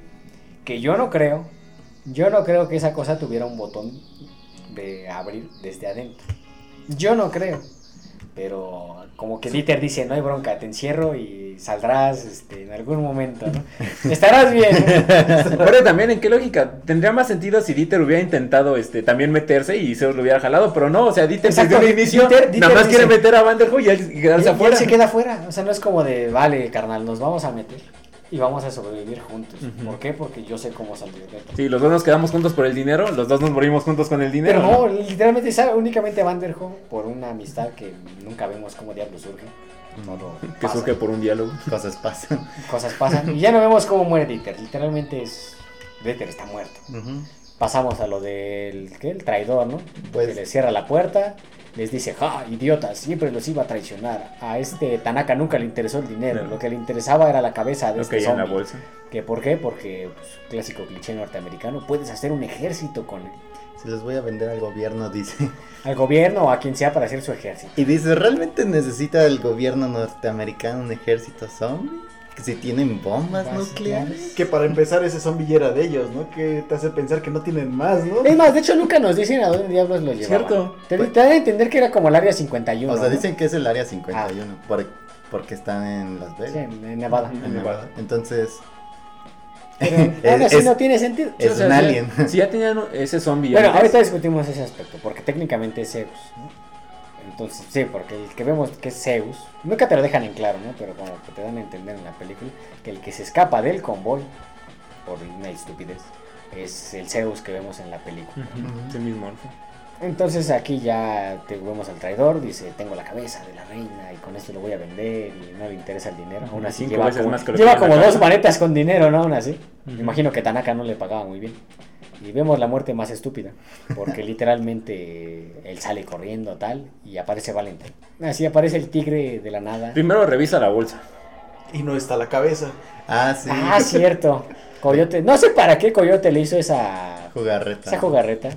Que yo no creo. Yo no creo que esa cosa tuviera un botón de abrir desde adentro. Yo no creo. Pero como que Dieter dice, no hay bronca, te encierro y saldrás este, en algún momento, ¿no? Estarás bien. ¿no?".
Pero también, ¿en qué lógica? Tendría más sentido si Dieter hubiera intentado este, también meterse y Zeus lo hubiera jalado, pero no, o sea, Dieter
Exacto,
desde un inicio
Dieter- Dieter
nada más
dice-
quiere meter a Vanderhoek y, él- y
Y- y
quedarse
él
afuera.
se queda afuera. O sea, no es como de, vale, carnal, nos vamos a meter. y vamos a sobrevivir juntos.
Ujú.
¿Por qué? Porque yo sé cómo salir de esto.
Sí, los dos nos quedamos juntos por el dinero, los dos nos morimos juntos con el dinero.
Pero no, literalmente ¿sabe? únicamente Van der Hoe, por una amistad que nunca vemos cómo diablos surge.
No, no.
Que
pasa.
surge por un diálogo.
Cosas pasan.
Cosas pasan. Y ya no vemos cómo muere Dieter. Literalmente es. Dieter está muerto.
Ujú.
Pasamos a lo del. ¿Qué? El traidor, ¿no?
Pues-
Pues. le cierra la puerta. Les dice, ja, idiota, siempre los iba a traicionar. A este Tanaka nunca le interesó el dinero.
No.
Lo que le interesaba era la cabeza de
Lo que
este
hay en la
zombie.
bolsa.
¿Que ¿Por qué? Porque, pues, clásico cliché norteamericano, puedes hacer un ejército con
Se los voy a vender al gobierno, dice.
al gobierno o a quien sea para hacer su ejército.
Y dice, ¿realmente necesita el gobierno norteamericano un ejército zombie? Que si tienen bombas
Bombas
nucleares.
Que para empezar ese zombie ya era de ellos, ¿no? Que te hace pensar que no tienen más, ¿no?
Es más, de hecho nunca nos dicen a dónde diablos lo llevaban.
Cierto.
Te, te dan a entender que era como el área 51.
O sea,
¿no? Ah.
dicen que es el área 51, por- porque están en Las
Sí,
Vegas.
en en Nevada.
en Nevada. Entonces,
Pero aún así
Es-
no tiene sentido.
es un
si ya-
alien.
Si ya tenían ese zombie.
Bueno,
antes,
ahorita discutimos ese aspecto, porque técnicamente es Zeus, ¿no? Entonces, sí, porque el que vemos que es Zeus, nunca te lo dejan en claro, ¿no? Pero como que te dan a entender en la película, que el que se escapa del convoy, por una estupidez, es el Zeus que vemos en la película.
Ujú, Sí mismo. ¿no?
Entonces aquí ya te vemos al traidor, dice, tengo la cabeza de la reina y con esto lo voy a vender y no le interesa el dinero. Aún así
Cinco
lleva
veces
como,
más que lo que
lleva
tiene en la
como dos
cabeza.
maletas con dinero, ¿no? Aún así.
Ujú.
Me imagino que Tanaka no le pagaba muy bien. Y vemos la muerte más estúpida, porque literalmente él sale corriendo tal y aparece Valentine. Así aparece el tigre de la nada.
Primero revisa la bolsa.
Y no está la cabeza.
ah, sí,
Ah, cierto. Coyote, no sé para qué Coyote le hizo esa
jugarreta.
Esa jugarreta,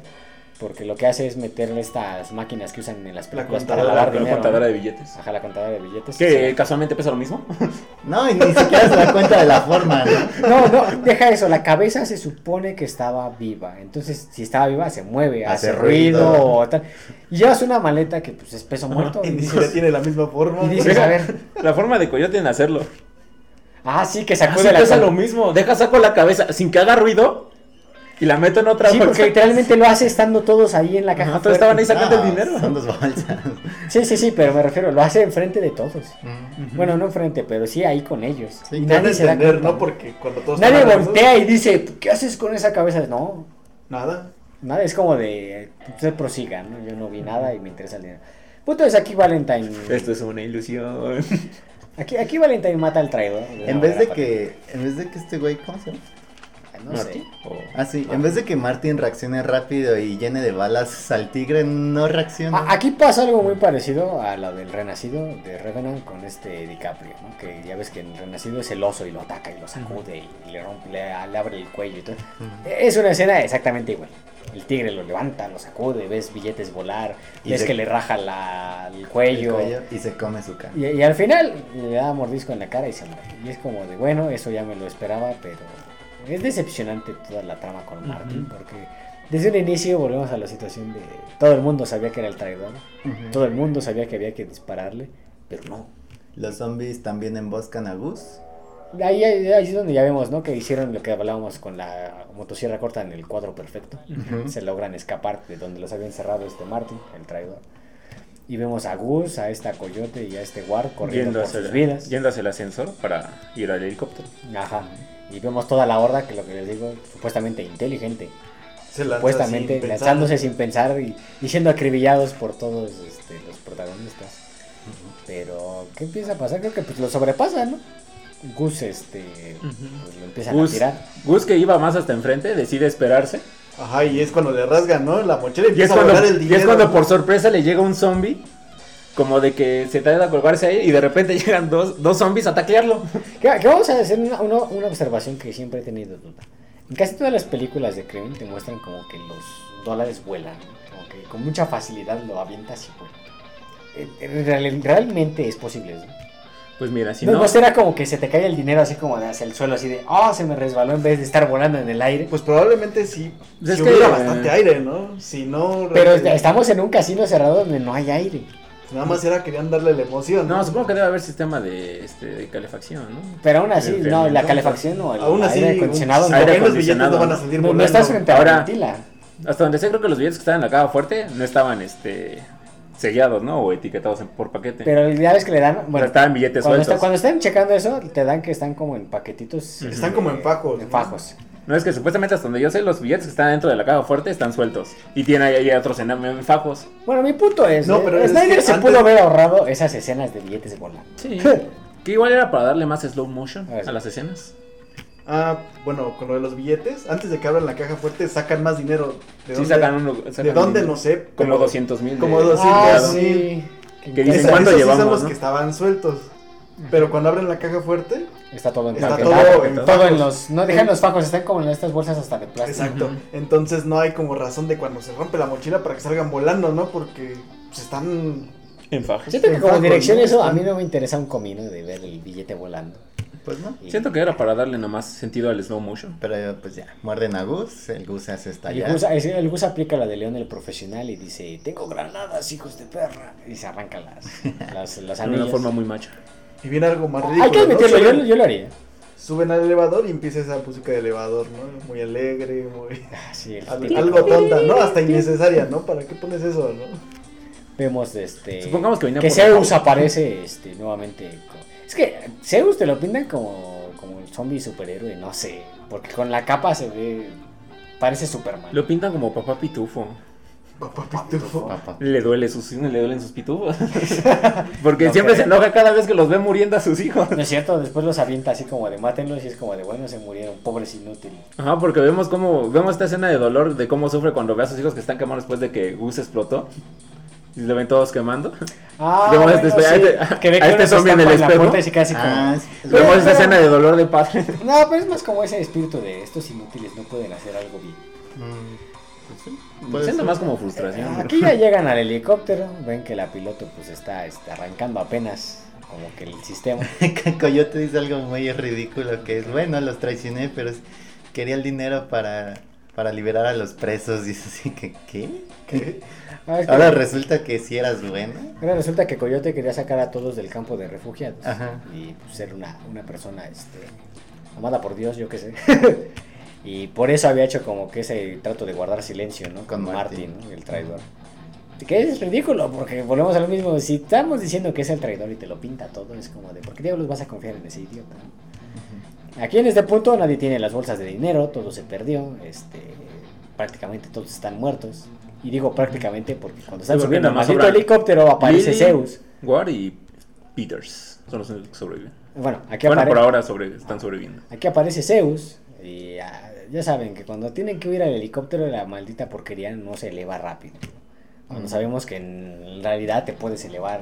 porque lo que hace es meterle estas máquinas que usan en las películas para
contadora,
La,
lavar
la
dinero.
contadora
¿no?
de billetes.
Pues, Ajá, la contadora de billetes.
Que
Sí.
casualmente pesa lo mismo.
No, y ni siquiera se da cuenta de la forma, ¿no?
No, no, deja eso. La cabeza se supone que estaba viva. Entonces, si estaba viva, se mueve, hace,
Hace
ruido,
ruido.
o tal. Y llevas una maleta que pues es peso muerto.
Y
Y
ni siquiera
dices,
tiene la misma forma.
y
¿no?
dices, a ver,
la forma de coyote en hacerlo.
ah, sí, que
Así
sacude la
pesa
cabeza.
lo mismo. Deja saco la cabeza sin que haga ruido y la meto en otra
Sí,
bolsa.
porque literalmente lo hace estando todos ahí en la
Ajá,
caja.
todos estaban ahí
fuerte. Ah,
sacando
No,
el dinero.
Son dos bolsas.
Sí, sí, sí, pero me refiero, lo hace enfrente de todos.
Mm.
Ujú.
Bueno, no enfrente, pero sí ahí con ellos.
Sí,
y
Y te van a
nadie se da
entender,
cuenta.
¿no? Porque cuando todos
Nadie
estaban
voltea y dice, "¿Tú ¿qué haces con esa cabeza? No,
juntos, Nada.
nada, es como de, eh, usted prosiga, ¿no? Yo no vi nada y me interesa el dinero. Punto es, aquí Valentine,
Esto es una ilusión.
aquí, aquí Valentine mata al traidor.
En vez de que, en vez de que este güey, ¿cómo se llama?
No sé.
O-
Ah, sí, en vez de que Martin reaccione rápido y llene de balas al tigre, no reacciona.
A- Aquí pasa algo muy parecido a lo del renacido de Revenant con este DiCaprio, ¿no? Que ya ves que el renacido es el oso y lo ataca y lo sacude y le rompe, le, le abre el cuello y todo.
Ujú.
Es una escena exactamente igual. El tigre lo levanta, lo sacude, ves billetes volar,
Y
ves
se-
que le raja la, el
El
cuello.
cuello y se come su cara.
Y, y al final le da mordisco en la cara y se muere. Y es como de, bueno, eso ya me lo esperaba, pero es decepcionante toda la trama con Martin,
Ujú.
porque desde un inicio volvemos a la situación de todo el mundo sabía que era el traidor,
Ujú.
todo el mundo sabía que había que dispararle, pero no.
Los zombies también emboscan a Gus.
Ahí, ahí- ahí es donde ya vemos, ¿no? Que hicieron lo que hablábamos con la motosierra corta en el cuadro perfecto. se logran escapar de donde los había encerrado este Martin, el traidor. Y vemos a Gus, a esta coyote y a este War corriendo
Yendo
por
hacia,
sus
el,
vidas.
yendo hacia el ascensor para ir al helicóptero.
Ajá. Y vemos toda la horda, que lo que les digo, supuestamente inteligente,
Se lanza
supuestamente
sin pensar.
lanzándose sin pensar y, y siendo acribillados por todos este, los protagonistas. Pero, ¿qué empieza a pasar? Creo que pues lo sobrepasa, ¿no? Gus, este, pues, lo empiezan
Gus,
a tirar.
Gus, que iba más hasta enfrente, decide esperarse.
Ajá, y es cuando le rasgan, ¿no? La mochila y
Y es,
empieza a
cuando,
volar el
y es
dinero.
cuando por sorpresa le llega un zombie. Como de que se trata de colgarse ahí y de repente llegan dos, dos zombies a taclearlo.
Que, que vamos a hacer una, una- una observación que siempre he tenido duda. En casi todas las películas de crimen te muestran como que los dólares vuelan, ¿no? como que con mucha facilidad lo avientas y vuela. Eh, eh, real- realmente es posible, ¿no?
Pues mira, si
no,
no.
no será como que se te cae el dinero así como de hacia el suelo, así de, oh, se me resbaló en vez de estar volando en el aire.
Pues probablemente sí.
Pues es
si
que-
hubiera bastante aire, ¿no? Si no.
Pero
realmente-
estamos en un casino cerrado donde no hay aire.
Nada más era querían darle la emoción.
No, supongo que debe haber sistema de, este, de calefacción, ¿no?
Pero aún así,
Entiendo.
no, la calefacción o el
Aún así,
aire acondicionado
un-
no,
aire
menos
acondicionado,
billetes no van a
¿no?
salir
no- no
volando.
estás frente a
Ahora-
la ventila.
Hasta donde sé, creo que los billetes que estaban en la caja fuerte no estaban este sellados, ¿no? O etiquetados en- por paquete.
Pero ya ves que le dan.
Bueno,
Bueno,
estaban billetes
cuando,
sueltos.
está- cuando estén checando eso, te dan que están como en paquetitos.
Ujú.
Están como en fajos,
En
¿no?
fajos.
No es que supuestamente hasta donde yo sé, los billetes que están dentro de la caja fuerte están sueltos. Y tiene ahí, ahí otros en, en fajos.
Bueno, mi punto es.
No,
No,
pero es
Snyder
que
se
antes-
pudo haber ahorrado esas escenas de billetes volando.
Sí. que igual era para darle más slow motion
Ah, sí.
a las escenas.
Ah, bueno, con lo de los billetes, antes de que abran la caja fuerte, sacan más dinero. ¿De
Sí,
dónde,
sacan uno. sacan
¿de dónde?
un-
No sé.
Como
pero
200 mil.
como
de-
200.
Ah,
sí.
Que
esa-
dicen, "¿Cuánto
esos sí son
llevamos,
los
no?"
que estaban sueltos. Pero cuando abren la caja fuerte,
Está todo en
Está
paquetado,
todo en
todo en
fajos.
los. No dejan los fajos, están como en estas bolsas hasta de plástico.
exacto.
Ujú.
Entonces no hay como razón de cuando se rompe la mochila para que salgan volando, ¿no? Porque se están.
En fajos.
Siento que como
Fajos,
dirección
¿no?
eso, a mí no me interesa un comino de ver el billete volando.
Pues no.
Y-
Siento que era para darle nomás sentido al slow motion.
Pero pues ya, muerden a Gus, el Gus se hace
El
estallar.
Gus, es- el Gus aplica la de León el profesional y dice, tengo granadas, hijos de perra. Y se arranca las, las, las
De una
anillas.
forma muy macha.
Y viene algo más ridículo.
Hay que
¿no?
admitirlo,
Suben-
yo, yo lo haría.
Suben al elevador y empieza esa música de elevador, ¿no? Muy alegre, muy.
Ah, sí, el
al-
típico.
Algo tonta, ¿no? Hasta innecesaria, ¿no? ¿Para qué pones eso, no?
Vemos este...
Supongamos que venía
que
por
Zeus aparece este, nuevamente. con- Es que Zeus te lo pintan como, como el zombie superhéroe, no sé. Porque con la capa se ve... Parece Superman.
Lo pintan como papá pitufo.
Papá Pitufo.
Papá.
Le duele sus le duelen sus pitufos. Porque
No
siempre se
creo.
enoja cada vez que los ve muriendo a sus hijos.
No es cierto, después los avienta así como de mátenlos y es como de bueno, se murieron, pobres inútiles.
Ajá, porque vemos cómo vemos esta escena de dolor de cómo sufre cuando ve a sus hijos que están quemados después de que Gus explotó. Y le ven todos quemando.
Ah,
Vemos este- a este-
que ve
a
que
este
uno se
zombie en
escapa
el
la
espejo.
puerta y se queda así como-
Ah, sí.
Vemos esta
pero-
escena de dolor de padre.
No, pero es más como ese espíritu de estos inútiles no pueden hacer algo bien.
Mm, pues sí, puede
Siento
ser.
más como frustración.
Ah, Aquí ya llegan al helicóptero, ven que la piloto pues está este, arrancando apenas como que el sistema.
Que Coyote dice algo muy ridículo que es, bueno, los traicioné, pero es- quería el dinero para, para liberar a los presos. Dice así que, ¿qué?
¿Qué?
Ah, es que-
Ahora resulta que si eras bueno.
ahora resulta que Coyote quería sacar a todos del campo de refugiados
Ajá.
y pues, ser una, una persona este, amada por Dios, yo qué sé. y por eso había hecho como que ese trato de guardar silencio, ¿no? Con,
Con
Martin,
Martin.
¿no? el traidor. Que es ridículo, porque volvemos a lo mismo. Si estamos diciendo que es el traidor y te lo pinta todo, es como de, ¿por qué diablos vas a confiar en ese idiota? no? Aquí en este punto nadie tiene las bolsas de dinero, todo se perdió, este, prácticamente todos están muertos. Y digo prácticamente porque cuando están
porque
subiendo al
nada más
maldito
sobran
helicóptero aparece
Lily,
Zeus.
Ward y Peters son los únicos que sobreviven.
Bueno, aquí,
Bueno,
apare-
por ahora sobre- están sobreviviendo.
aquí aparece Zeus. Y ah, ya saben que cuando tienen que huir al helicóptero la maldita porquería no se eleva rápido. Cuando
Mm.
sabemos que en realidad te puedes elevar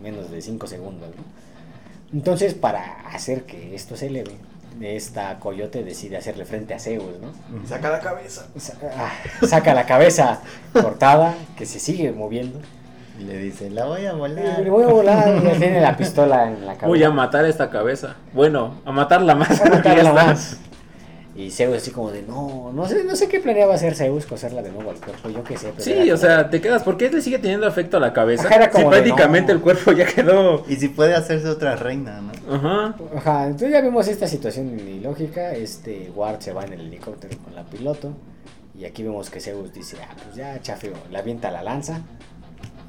menos de 5 segundos. ¿no? Entonces para hacer que esto se eleve, esta coyote decide hacerle frente a Zeus, ¿no?
Ujú.
Saca la cabeza.
Sa- ah, saca la cabeza cortada, que se sigue moviendo.
Y le dice, la voy a
Le
volar.
voy a volar, ya tiene la pistola en la cabeza.
Voy a matar esta cabeza. Bueno, a matarla más.
Voy a matarla
Ya está.
más. Y Zeus así como de, no, no sé, no sé qué planeaba hacer Zeus, coserla de nuevo al cuerpo, yo qué sé. pero era
Sí,
como-
o sea, te quedas. ¿Por qué le sigue teniendo afecto a la cabeza?
Ajá, era
Sí,
como de,
prácticamente
no.
el cuerpo ya quedó.
Y si puede hacerse otra reina, ¿no?
Ajá.
Ajá, entonces ya vemos esta situación ilógica, este Ward se va en el helicóptero con la piloto, y aquí vemos que Zeus dice, ah, pues ya, chafeo, le avienta la lanza,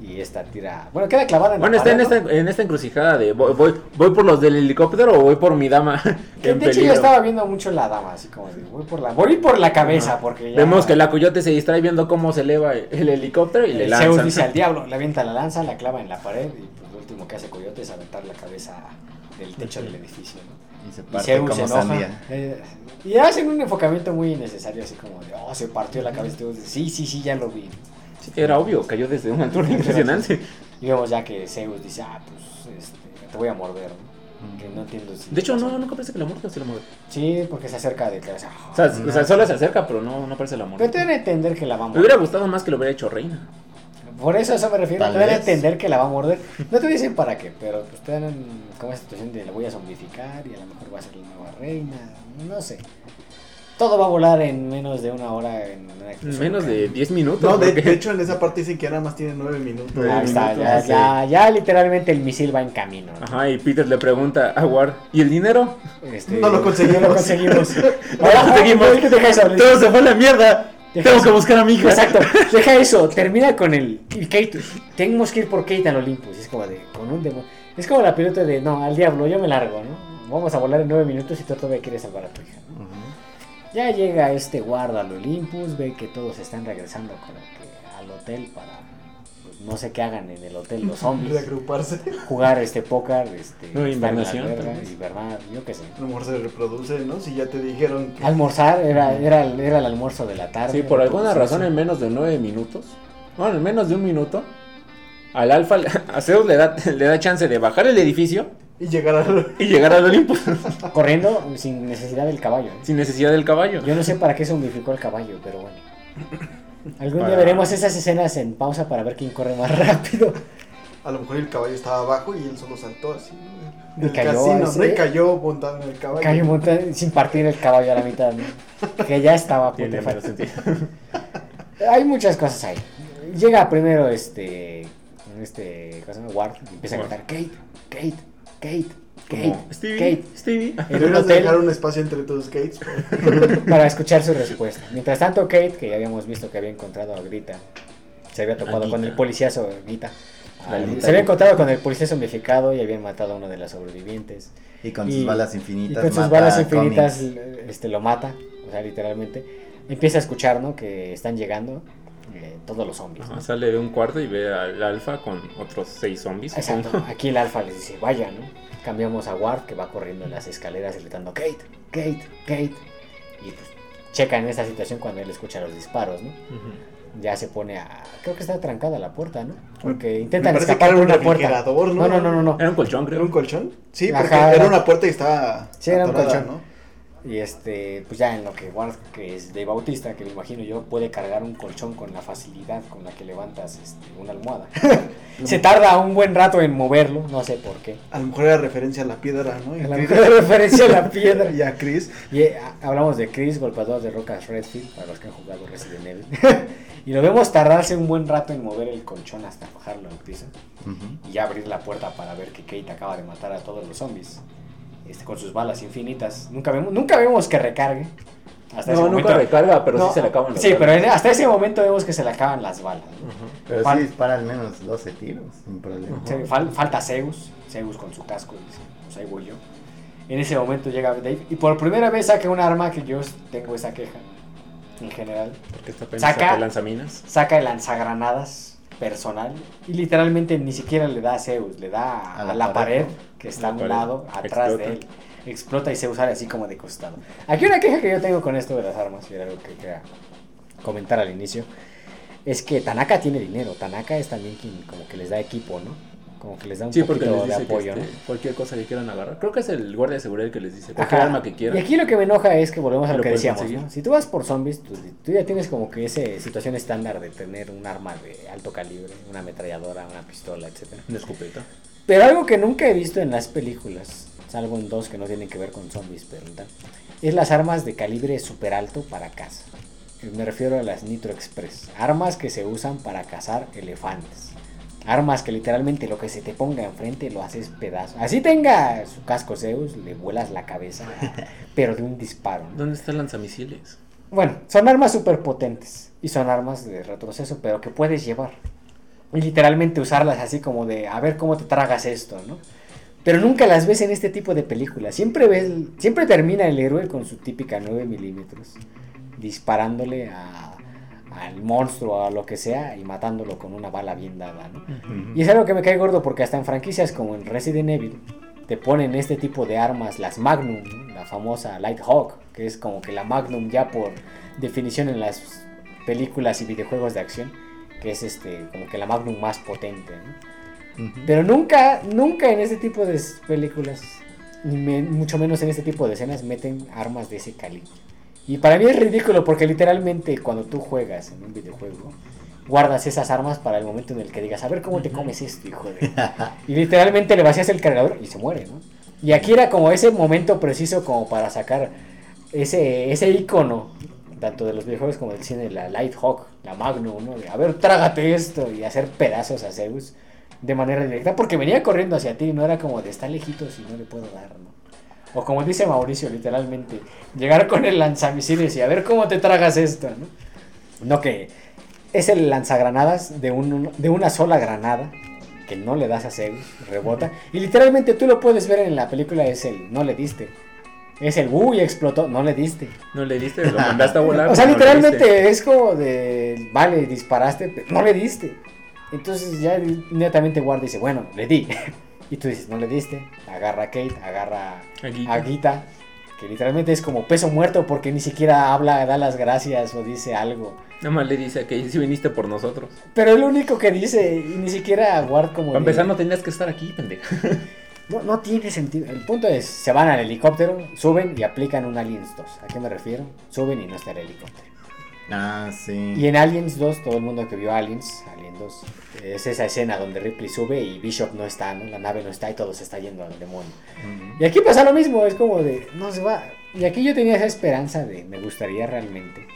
y esta tira, bueno, queda clavada en
Bueno,
la
está en
pared, ¿no?
esta, en esta encrucijada de voy, voy, voy por los del helicóptero o voy por mi dama.
Que
en
de hecho yo
peligro.
estaba viendo mucho la dama, así como de, voy por la, voy por la cabeza,
Ajá.
porque ya-
Vemos que la coyote se distrae viendo cómo se eleva el helicóptero y le
el
lanza.
Zeus dice al diablo, le avienta la lanza, la clava en la pared y pues lo último que hace Coyote es aventar la cabeza del techo del edificio, ¿no?
Y se
Y
parte
Zeus se
como
enoja.
sandía.
eh, y hacen un enfocamiento muy innecesario, así como de, oh, se partió la cabeza. Zeus dice, sí, sí, sí, ya lo vi.
Era obvio, cayó desde una altura impresionante.
Y vemos ya que Zeus dice, ah, pues este, te voy a morder, ¿no? Que no entiendo si...
De hecho, no, nunca parece que la muerte se la muerde.
Sí, porque se acerca de cabeza.
O sea, o sea, solo se acerca, pero no, no parece la
pero
muerte.
te van a entender que la va
Me
a morder.
hubiera gustado más que lo hubiera hecho reina.
Por eso a eso me refiero,
Tal
te van a
vez.
entender que la va a morder. No te dicen para qué, pero pues te dan como esa situación de la voy a zombificar y a lo mejor va a ser la nueva reina, no sé. Todo va a volar en menos de una hora en una explosión.
Menos de 10 minutos.
No, de,
porque-
de hecho en esa parte dicen que nada más tiene nueve minutos.
Nueve
Ahí está,
minutos,
ya,
sí.
ya, ya literalmente el misil va en camino. ¿no?
Ajá, y Peter le pregunta a Ward, ¿y el dinero?
Este,
No lo conseguimos.
No lo conseguimos.
No lo conseguimos.
Ay, ¿qué te caes, Alex?
Todo se fue a la mierda.
Deja
Tengo
eso.
que buscar a mi hija.
Exacto, deja eso, termina con el. Y Kate, tenemos que ir por Kate al Olympus. Es como de, con un demonio. Es como la pelota de, no, al diablo, yo me largo, ¿no? Vamos a volar en nueve minutos y tú todavía quieres salvar a tu hija. ¿no? Ya llega este guarda al Olympus, ve que todos están regresando como que al hotel para. pues, no sé qué hagan en el hotel los zombies.
Reagruparse.
Jugar este póker, este.
No,
estar en la
hibernación,
verga,
tal vez.
hibernar, yo qué sé.
A lo mejor se reproduce, ¿no? Si ya te dijeron que.
Almorzar era, era, era el almuerzo de la tarde.
Sí, por alguna
entonces,
razón
sí.
en menos de nueve minutos, bueno, en menos de un minuto, al alfa, a Zeus le da, le da chance de bajar el edificio
Y llegar al.
y llegar al Olimpo
Corriendo sin necesidad del caballo. ¿eh?
sin necesidad del caballo.
Yo no sé para qué se unificó el caballo, pero bueno. Algún
Para-
día veremos esas escenas en pausa para ver quién corre más rápido.
A lo mejor el caballo estaba abajo y él solo saltó así.
Y
En el
cayó,
casino,
así.
¿no? Y cayó montado en el caballo.
Caballo monta sin partir el caballo a la mitad, ¿no? que ya estaba a punto
Tiene
de
menos
faltar.
sentido.
Hay muchas cosas ahí. Llega primero este. Este. ¿Cómo se llama? Ward. y Empieza a
Ward.
cantar Kate, Kate, Kate, Kate,
Como, Stevie,
Kate.
Stevie.
En un
Deberías de
hotel
dejar un espacio entre tus gates.
para escuchar su respuesta. Mientras tanto, Kate, que ya habíamos visto que había encontrado a Grita, se había topado
A Gita.
con el policiazo Grita.
La
Al-
Gita.
se había encontrado con el policía zombificado y habían matado a una de las sobrevivientes.
Y con
Y-
sus balas
Y
infinitas.
con sus
mata
balas
a
infinitas
Cummings.
este, lo mata, o sea, literalmente. Empieza a escuchar, ¿no? Que están llegando eh, todos los zombies. ¿no?
Ajá, sale de un cuarto y ve al alfa con otros seis zombies.
Exacto. Aquí el alfa les dice, vaya, ¿no? Cambiamos a Ward que va corriendo en las escaleras gritando, Kate, Kate, Kate. Y pues checan esa situación cuando él escucha los disparos, ¿no?
Ujú.
ya se pone a. Creo que está trancada la puerta, ¿no? Porque
Me
intentan
parece
escapar
que era
por
un
una puerta.
refrigerador,
No,
¿no?
no, no, no, no.
Era un colchón,
¿Era
creo.
un colchón? Sí,
Ajá,
porque
era-
era una puerta y estaba.
Sí, era un
atorada,
colchón.
¿no?
Y este, pues ya en lo que Ward, que es de Bautista, que me imagino yo, puede cargar un colchón con la facilidad con la que levantas este, una almohada. se tarda un buen rato en moverlo, no sé por qué.
A lo mejor era referencia a la piedra, ¿no? Y
A la
Chris-
mejor referencia a la piedra.
Y a Chris.
Y eh, a- hablamos de Chris, golpeador de rocas Redfield, para los que han jugado Resident Evil. y lo vemos tardarse un buen rato en mover el colchón hasta bajarlo al piso.
Ujú.
y ya abrir la puerta para ver que Kate acaba de matar a todos los zombies este, con sus balas infinitas. Nunca vemos, nunca vemos que recargue. Hasta ese
No,
momento.
nunca recarga, pero
No,
sí se le acaban los
Sí,
balas.
pero en- hasta ese momento vemos que se le acaban las balas. ¿no?
Ajá.
Pero
Fal-
sí dispara al menos 12 tiros, sin problema.
Se- fal- falta Zeus, Zeus con su casco y dice, pues ahí voy yo. En ese momento llega Dave y por primera vez saca un arma que yo tengo esa queja en general.
Porque esta pena
Saca-
saca lanzaminas.
Saca el lanzagranadas personal y literalmente ni siquiera le da a Zeus, le da a,
A la
a la pared,
pared,
que está a
La
un
pared.
lado, atrás
Explota.
de él. Explota y Zeus sale así como de costado. Aquí una queja que yo tengo con esto de las armas, y era algo que quería comentar al inicio, es que Tanaka tiene dinero. Tanaka es también quien como que les da equipo, ¿no? Como que les da un
Sí, porque
poquito
les
de
dice que,
apoyo,
este,
¿no?
cualquier cosa que quieran agarrar. Creo que es el guardia de seguridad el que les dice cualquier
Ajá.
arma que
Y
quieran.
aquí lo que me enoja es que volvemos a lo,
Lo
que
pueden
decíamos,
conseguir.
¿no? Si tú vas por zombies, tú, tú ya tienes como que esa situación estándar de tener un arma de alto calibre, una ametralladora, una pistola, etcétera.
Una escopeta.
Pero algo que nunca he visto en las películas, salvo en dos que no tienen que ver con zombies, pero tal, es las armas de calibre super alto para caza. Me refiero a las Nitro Express, armas que se usan para cazar elefantes. Armas que literalmente lo que se te ponga enfrente lo haces pedazo. Así tenga su casco Zeus, le vuelas la cabeza, pero de un disparo. ¿no?
¿Dónde está el lanzamisiles?
Bueno, son armas súper potentes y son armas de retroceso, pero que puedes llevar. Y literalmente usarlas así como de, a ver cómo te tragas esto, ¿no? Pero nunca las ves en este tipo de películas. Siempre, ves, siempre termina el héroe con su típica 9 milímetros, disparándole a- al monstruo o a lo que sea y matándolo con una bala bien dada, ¿no?
Ujú.
Y es algo que me cae gordo porque hasta en franquicias como en Resident Evil te ponen este tipo de armas, las Magnum, ¿no? la famosa Light Hawk, que es como que la Magnum ya por definición en las películas y videojuegos de acción, que es este como que la Magnum más potente. ¿no?
Ujú.
Pero nunca, nunca en este tipo de s- películas, ni me- mucho menos en este tipo de escenas, meten armas de ese calibre. Y para mí es ridículo porque literalmente cuando tú juegas en un videojuego, guardas esas armas para el momento en el que digas, a ver cómo te comes esto, hijo de... y literalmente le vacías el cargador y se muere, ¿no? Y aquí era como ese momento preciso como para sacar ese, ese icono, tanto de los videojuegos como del cine, la Light Hawk, la Magnum, ¿no? De, a ver, trágate esto y hacer pedazos a Zeus de manera directa, porque venía corriendo hacia ti, no era como de está lejitos y no le puedo dar, ¿no? O como dice Mauricio, literalmente, llegar con el lanzamisiles y a ver cómo te tragas esto, ¿no? No que es el lanzagranadas de, un- de una sola granada que no le das a Zeus, rebota. Y literalmente tú lo puedes ver en la película, es el no le diste. Es el uy, explotó, no le diste.
No le diste, lo mandaste a volar.
O sea,
pero no le diste.
literalmente es como de, vale, disparaste, pero no le diste. Entonces ya inmediatamente guarda y dice, bueno, le di. Y tú dices, no le diste. Agarra a Kate, agarra
Aquí.
a Guita, que literalmente es como peso muerto porque ni siquiera habla, da las gracias o dice algo.
Nada más le dice a Kate, si viniste por nosotros.
Pero es lo único que dice, y ni siquiera guard
Para
como... de-
empezar, no tenías que estar aquí, pendeja.
no, no tiene sentido. El punto es, se van al helicóptero, suben y aplican un Aliens 2. ¿A qué me refiero? Suben y no está el helicóptero.
Ah, sí.
Y en Aliens 2, todo el mundo que vio Aliens, Alien 2, es esa escena donde Ripley sube y Bishop no está, ¿no? la nave no está y todo se está yendo al demonio.
Ujú.
Y aquí pasa lo mismo, es como de, no se va. Y aquí yo tenía esa esperanza de, me gustaría realmente,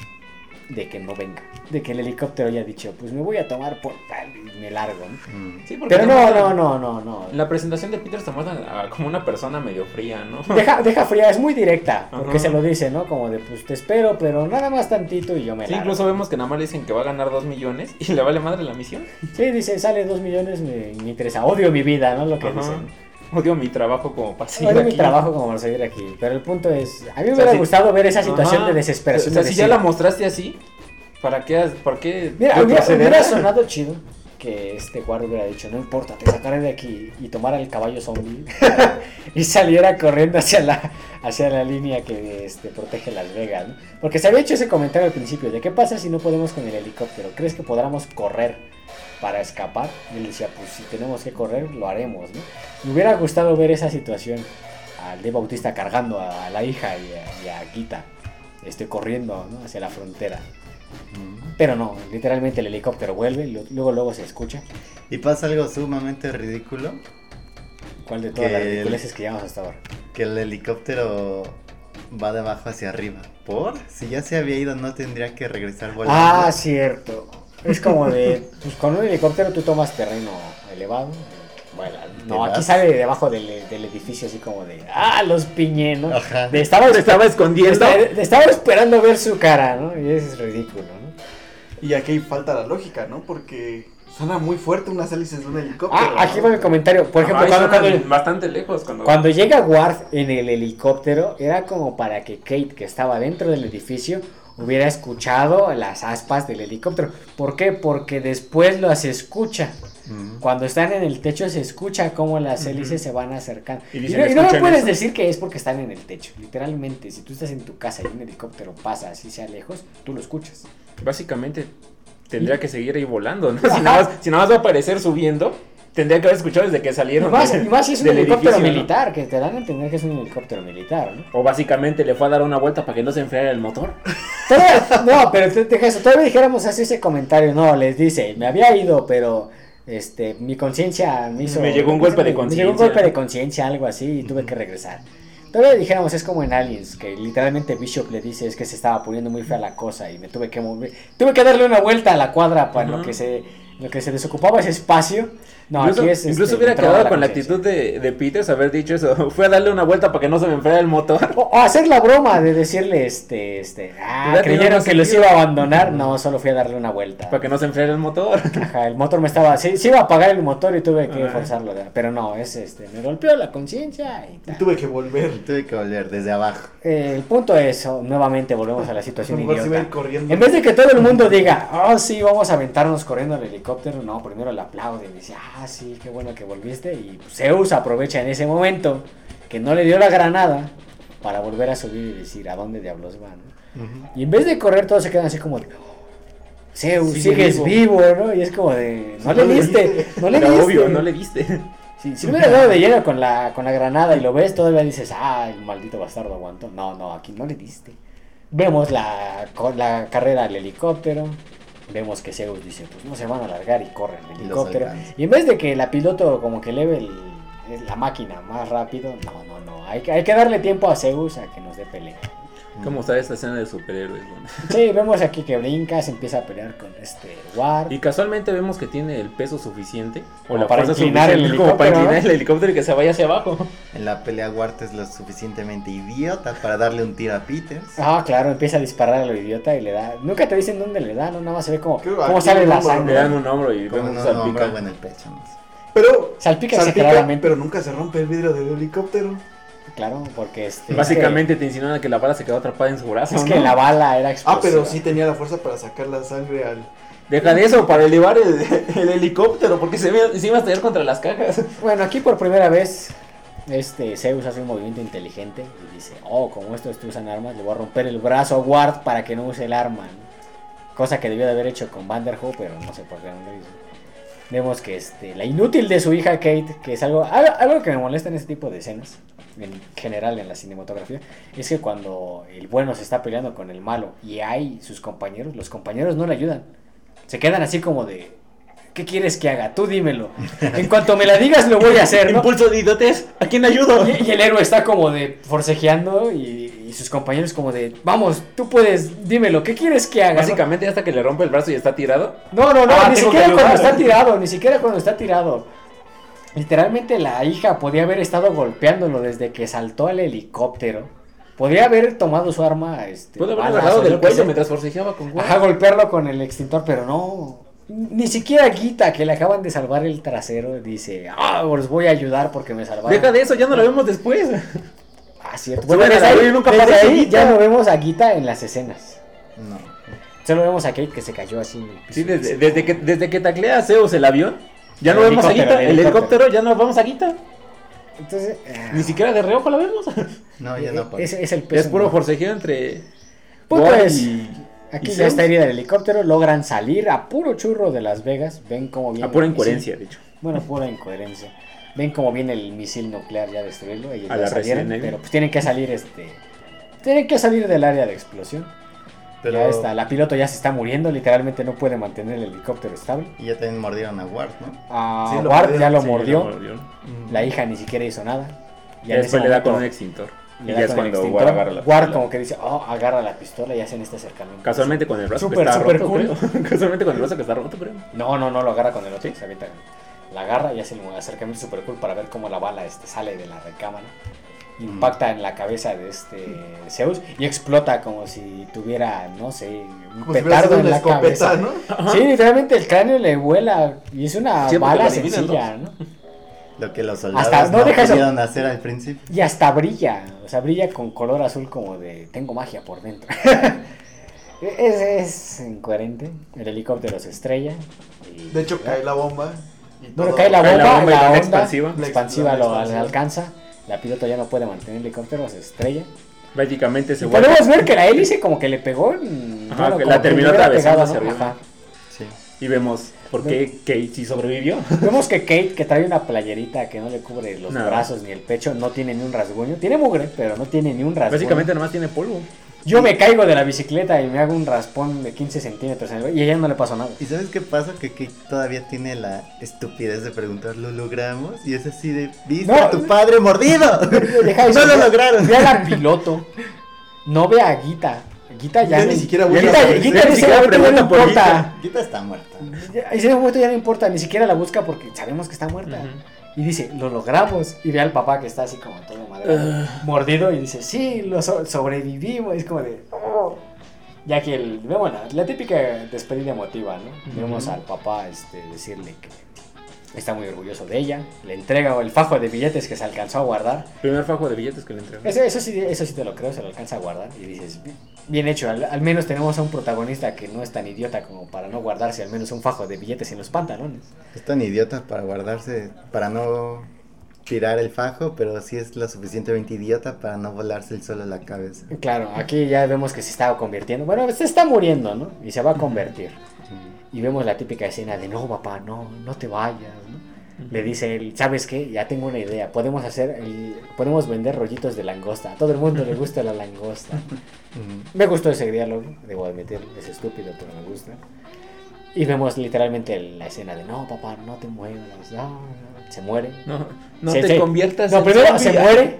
de que no venga. De que el helicóptero haya dicho, pues me voy a tomar por tal y me largo. ¿no?
Mm.
Sí, porque
Pero
te
no,
matan-
no, no, no, no.
En la presentación de Peter se muestra a- como una persona medio fría, ¿no?
Deja, deja fría, es muy directa, porque
Ajá.
se lo dice, ¿no? Como de, pues te espero, pero nada más tantito y yo me
Sí,
largo.
incluso vemos que nada más le dicen que va a ganar 2 millones y le vale madre la misión.
Sí, dice, sale dos millones, me, me interesa. Odio mi vida, ¿no? Lo que
Ajá.
dicen.
Odio mi trabajo como pasillo.
Bueno, mi trabajo como para seguir aquí. Pero el punto es, a mí me hubiera
si-
gustado ver esa situación de desesperación.
O sea,
de
si ya
decir,
la mostraste así, ¿para qué? has- ¿Para qué?
Mira, hubiera,
retroceder?
hubiera sonado chido que este guarda hubiera dicho, no importa, te sacaré de aquí y tomara el caballo zombie y saliera corriendo hacia la, hacia la línea que este, protege Las Vegas, ¿no? Porque se había hecho ese comentario al principio, de qué pasa si no podemos con el helicóptero, ¿crees que podamos correr para escapar? Y él decía, pues si tenemos que correr, lo haremos, ¿no? Me hubiera gustado ver esa situación, al de Bautista cargando a, a la hija y a, y a Guita, este, corriendo ¿no? hacia la frontera.
Mm.
Pero no, literalmente el helicóptero vuelve, lo- luego luego se escucha.
Y pasa algo sumamente ridículo,
¿Cuál de todas las
Que el-
ridiculeces que llevamos hasta ahora?
que el helicóptero va de abajo hacia arriba. ¿Por? Si ya se había ido, no tendría que regresar volando.
Ah, cierto. Es como de, pues con un helicóptero tú tomas terreno elevado. Bueno, no,
vas.
aquí sale de debajo del, del edificio así como de, ah, los piñenos.
Ajá.
De, estaba,
Te estaba escondiendo.
estaba- estaba esperando ver su cara, ¿no? Y es ridículo, ¿no?
Y aquí falta la lógica, ¿no? Porque suena muy fuerte unas hélices de un helicóptero.
Ah, aquí
¿no?
va mi comentario. Por ejemplo,
Ay,
cuando-
suenan
cuando,
bastante lejos cuando,
Cuando llega Ward en el helicóptero, era como para que Kate, que estaba dentro del edificio, hubiera escuchado las aspas del helicóptero. ¿Por qué? Porque después las escucha.
Mm.
Cuando están en el techo se escucha cómo las
Ujú.
hélices se van acercando.
Y
Y,
dicen,
no, y no me
"Escuchen
puedes
eso".
decir que es porque están en el techo. Literalmente, si tú estás en tu casa y un helicóptero pasa así sea lejos, tú lo escuchas.
básicamente tendría que seguir ahí volando, ¿no? Si nada, más, si nada más va a aparecer subiendo, tendría que haber escuchado desde que
Y
salieron
más,
del-
y más si es un
del
helicóptero
edificio, ¿no?
militar, que te dan a entender que es un helicóptero militar, ¿no?
O básicamente le fue a dar una vuelta para que no se enfriara el motor.
Todavía- no, pero te, te- eso, todavía dijéramos así ese comentario, no, les dice, me había ido, pero este, mi conciencia me hizo...
Me llegó un golpe de
Me llegó un
conciencia.
golpe de conciencia, algo así, y tuve que regresar. Todavía dijéramos, es como en Aliens, que literalmente Bishop le dice, es que se estaba poniendo muy fea la cosa y me tuve que mover, tuve que darle una vuelta a la cuadra para lo
Ajá.
que se... Lo que se desocupaba ese espacio. No,
incluso
aquí es.
incluso
este,
hubiera
entrada
quedado
la
con la
conciencia.
actitud de, de Peters haber dicho eso. Fue a darle una vuelta para que no se me enfriara el motor.
O, o hacer la broma de decirle, este, este. Ah,
Hubiera tenido
creyeron
más
que los
sentido.
iba a abandonar. No, solo fui a darle una vuelta.
Para que no se enfriara el motor.
Ajá, el motor me estaba. Sí, sí iba a apagar el motor y tuve que
Ajá.
forzarlo. de- Pero no, es este. Me golpeó la conciencia y
Y
tal.
tuve que volver.
Tuve que volver desde abajo.
Eh, el punto es, oh, nuevamente volvemos a la situación
Mejor se va a
Pues
ir
idiota.
corriendo.
En vez de que todo el mundo diga, oh sí, vamos a aventarnos corriendo al helicóptero, no, primero le aplauden y dice, ah sí, qué bueno que volviste. Y Zeus aprovecha en ese momento que no le dio la granada para volver a subir y decir, ¿a dónde diablos van? no?". Y en vez de correr, todos se quedan así como de, "Oh, Zeus,
Sigue
sigues vivo. ¿no? Y es como de, no le diste, no le
Era
diste.
obvio, no le diste.
Si, si le hubiera dado de lleno con la, con la granada y lo ves, todavía dices, ah, el maldito bastardo aguantó. No, no, aquí no le diste. Vemos la, co- la carrera al helicóptero. Vemos que Zeus dice, pues no se van a largar y corren el
los
helicóptero.
alcanza.
Y en vez de que la piloto como que eleve el- el- la máquina más rápido, no, no, no. Hay, que- hay que darle tiempo a Zeus a que nos dé pelea.
¿Cómo está esta escena de superhéroes? güey?
Sí, vemos aquí que brinca, se empieza a pelear con este War.
Y casualmente vemos que tiene el peso suficiente o
Como
la
para
fuerza
inclinar el
suficiente como para
helicóptero,
inclinar el helicóptero y que se vaya hacia abajo.
En la pelea Wart es lo suficientemente idiota para darle un tiro a Peters.
Ah, claro, empieza a disparar a lo idiota y le da. Nunca te dicen dónde le da, no, nada más se ve como
Creo
cómo
aquí
sale
en
la
el hombro,
Le
sangre.
dan un hombro y
Como
vemos
en
un
un hombro
salpica.
o en el pecho. no sé.
Pero.
Salpica,
salpica,
claramente.
pero nunca se rompe el vidrio del helicóptero.
Claro, porque este.
Básicamente te insinúan que la bala se quedó atrapada en su
Es
brazo.
que, es que
¿no?
la bala era
Ah,
explosiva.
pero sí tenía la fuerza para sacar la sangre al.
Deja de eso para elevar el, el helicóptero porque se, ve- se iba a estallar contra las cajas.
Bueno, aquí por primera vez, este Zeus hace un movimiento inteligente y dice, oh, como estos te usan armas, le voy a romper el brazo a Ward para que no use el arma. ¿no? Cosa que debió de haber hecho con Vanderhoof, pero no sé por qué no lo hizo. Vemos que este, la inútil de su hija Kate, que es algo, algo, algo que me molesta en este tipo de escenas, en general en la cinematografía, es que cuando el bueno se está peleando con el malo y hay sus compañeros, los compañeros no le ayudan. Se quedan así como de, ¿qué quieres que haga? Tú dímelo. En cuanto me la digas lo voy a hacer, ¿no?
Impulso de idiotez, ¿a quién ayudo?
Y, y el héroe está como de forcejeando y, y sus compañeros como de, vamos, tú puedes, dímelo, ¿qué quieres que haga?
Básicamente hasta que le rompe el brazo y está tirado.
No, no, no,
Ah,
ni
tengo que
siquiera cuando
ayudar.
está tirado, ni siquiera cuando está tirado. Literalmente la hija podía haber estado golpeándolo desde que saltó al helicóptero. Podía haber tomado su arma, este,
Pudo haber
balas
agarrado
o
del
lo que
cuello
sea.
mientras forcejeaba con
Ajá,
Ward.
golpearlo con el extintor, pero no. Ni siquiera Guita, que le acaban de salvar el trasero, dice, ah, os voy a ayudar porque me salvaron.
Deja de eso, ya no lo vemos después.
Ah, cierto.
Sube
Bueno,
la
desde
radio
ahí,
y nunca
desde
aparece
ahí
Guita.
ya no vemos a Guita en las escenas.
No.
Solo vemos a Kate que se cayó así. en el piso.
Sí, desde, desde que, desde que taclea a Zeus el avión, ya no
El
vemos a
helicóptero,
Guita.
el
El
helicóptero.
helicóptero, ya no vamos a Guita.
Entonces, ah,
Ni siquiera de reojo la vemos.
No, ya no.
eh, es, es el peso.
Es puro
¿no?
forcejeo entre.
Puta
Ward
es.
y-
Aquí
y
ya
Zeus.
está herida el helicóptero, logran salir a puro churro de Las Vegas, ven cómo viene...
A pura
el misil-
incoherencia, de hecho.
Bueno, pura incoherencia. Ven cómo viene el misil nuclear ya a destruirlo, ellos
A
ya
la
salieron,
Resident Evil.
pero pues tienen que salir este... Tienen que salir del área de explosión.
Pero
Ya está, la piloto ya se está muriendo, literalmente no puede mantener el helicóptero estable.
Y ya también mordieron a Ward, ¿no?
A
Sí, lo
Ward
mordieron,
ya lo
Sí,
mordió.
mordió.
mm,
La hija ni siquiera hizo nada.
Y
Ya en ese
después le da con un
momento,
extintor.
le
Y
da
ya es
con el
cuando
extintor.
Ward agarra la
Ward
pistola.
como que dice, oh, agarra la pistola y hacen este acercamiento.
Casualmente con el brazo
Súper,
que está
súper
roto,
cool.
creo. Casualmente con el brazo que está roto, creo.
No, no, no, lo agarra con el otro. Se avienta. La agarra y hace el acercamiento super cool para ver cómo la bala este, sale de la recámara. Impacta en la cabeza de este Zeus y explota como si tuviera, no sé, un
Como si hubiera
petardo
sido
en
una
la cabeza.
escopeta, ¿no?
Sí, literalmente el cráneo le vuela y es una
Sí, porque
bala
lo dividen en
sencilla, ¿no?
Lo que los soldados
Hasta- no,
no,
deja eso.
pudieron hacer al principio.
Y hasta brilla, o sea, brilla con color azul como de tengo magia por dentro. es, es incoherente. El helicóptero se estrella. y-
De hecho, cae la bomba. y
Bueno,
todo.
cae la
Cae
bomba,
la
la
bomba y la
onda
onda
expansiva,
expansiva.
La
expansiva lo
expansiva, la expansiva.
alcanza. La piloto ya no puede mantener el helicóptero, se estrella.
Prácticamente
Y
se vuelve.
podemos ver que la hélice como que le pegó. en-
Ajá, que
como
la terminó
le hubiera
atravesando
pegado,
hacia arriba.
Ajá.
Sí.
Y vemos por qué Kate sí sobrevivió.
Vemos que Kate, que trae una playerita que no le cubre los
Nada.
brazos ni el pecho, no tiene ni un rasguño. Tiene mugre, pero no tiene ni un rasguño.
Básicamente nomás tiene polvo.
Yo me caigo de la bicicleta y me hago un raspón de 15 centímetros en el... y a ella no le pasó nada.
¿Y sabes qué pasa? Que Kate todavía tiene la estupidez de preguntar, ¿lo logramos? Y es así de, ¿viste
No.
a tu padre mordido?
Deja eso,
no lo
ya-
lograron.
Ve a la piloto. No ve a Guita. Guita ya,
Ya
no-
ni siquiera
Guita,
busca-
Guita,
ya
en
ni
ese
siquiera
momento ya no
pregunta por
importa.
Guita está muerta.
Ya- En ese momento ya no importa, ni siquiera la busca porque sabemos que está muerta.
Ujú.
Y dice, lo logramos. Y ve al papá que está así como todo madera, mordido. Y dice, sí, lo so- sobrevivimos. Es como de. "Oh". Ya que el. Vemos la, la típica despedida emotiva, ¿no? Vemos
Ujú.
al papá este, decirle que está muy orgulloso de ella. Le entrega el fajo de billetes que se alcanzó a guardar.
Primer fajo de billetes que le entregó.
Eso, eso sí, eso sí te lo creo, se lo alcanza a guardar y dices, "Bien- bien hecho, al, al menos tenemos a un protagonista que no es tan idiota como para no guardarse al menos un fajo de billetes en los pantalones.
Es tan idiota para guardarse, para no tirar el fajo, pero sí es lo suficientemente idiota para no volarse el sol a la cabeza.
Claro, aquí ya vemos que se está convirtiendo, bueno, se está muriendo, ¿no? Y se va a convertir. Y vemos la típica escena de, no, papá, no, no te vayas, ¿no? Le dice él, ¿sabes qué? Ya tengo una idea, podemos hacer, el- podemos vender rollitos de langosta, a todo el mundo le gusta la langosta.
Ujú.
Me gustó ese diálogo, debo admitirlo, es estúpido, pero me gusta. Y vemos literalmente la escena de, no, papá, no te muevas, no, no". se muere.
No, no
Sí,
te
sí.
conviertas
No,
en
primero se
zombie.
muere,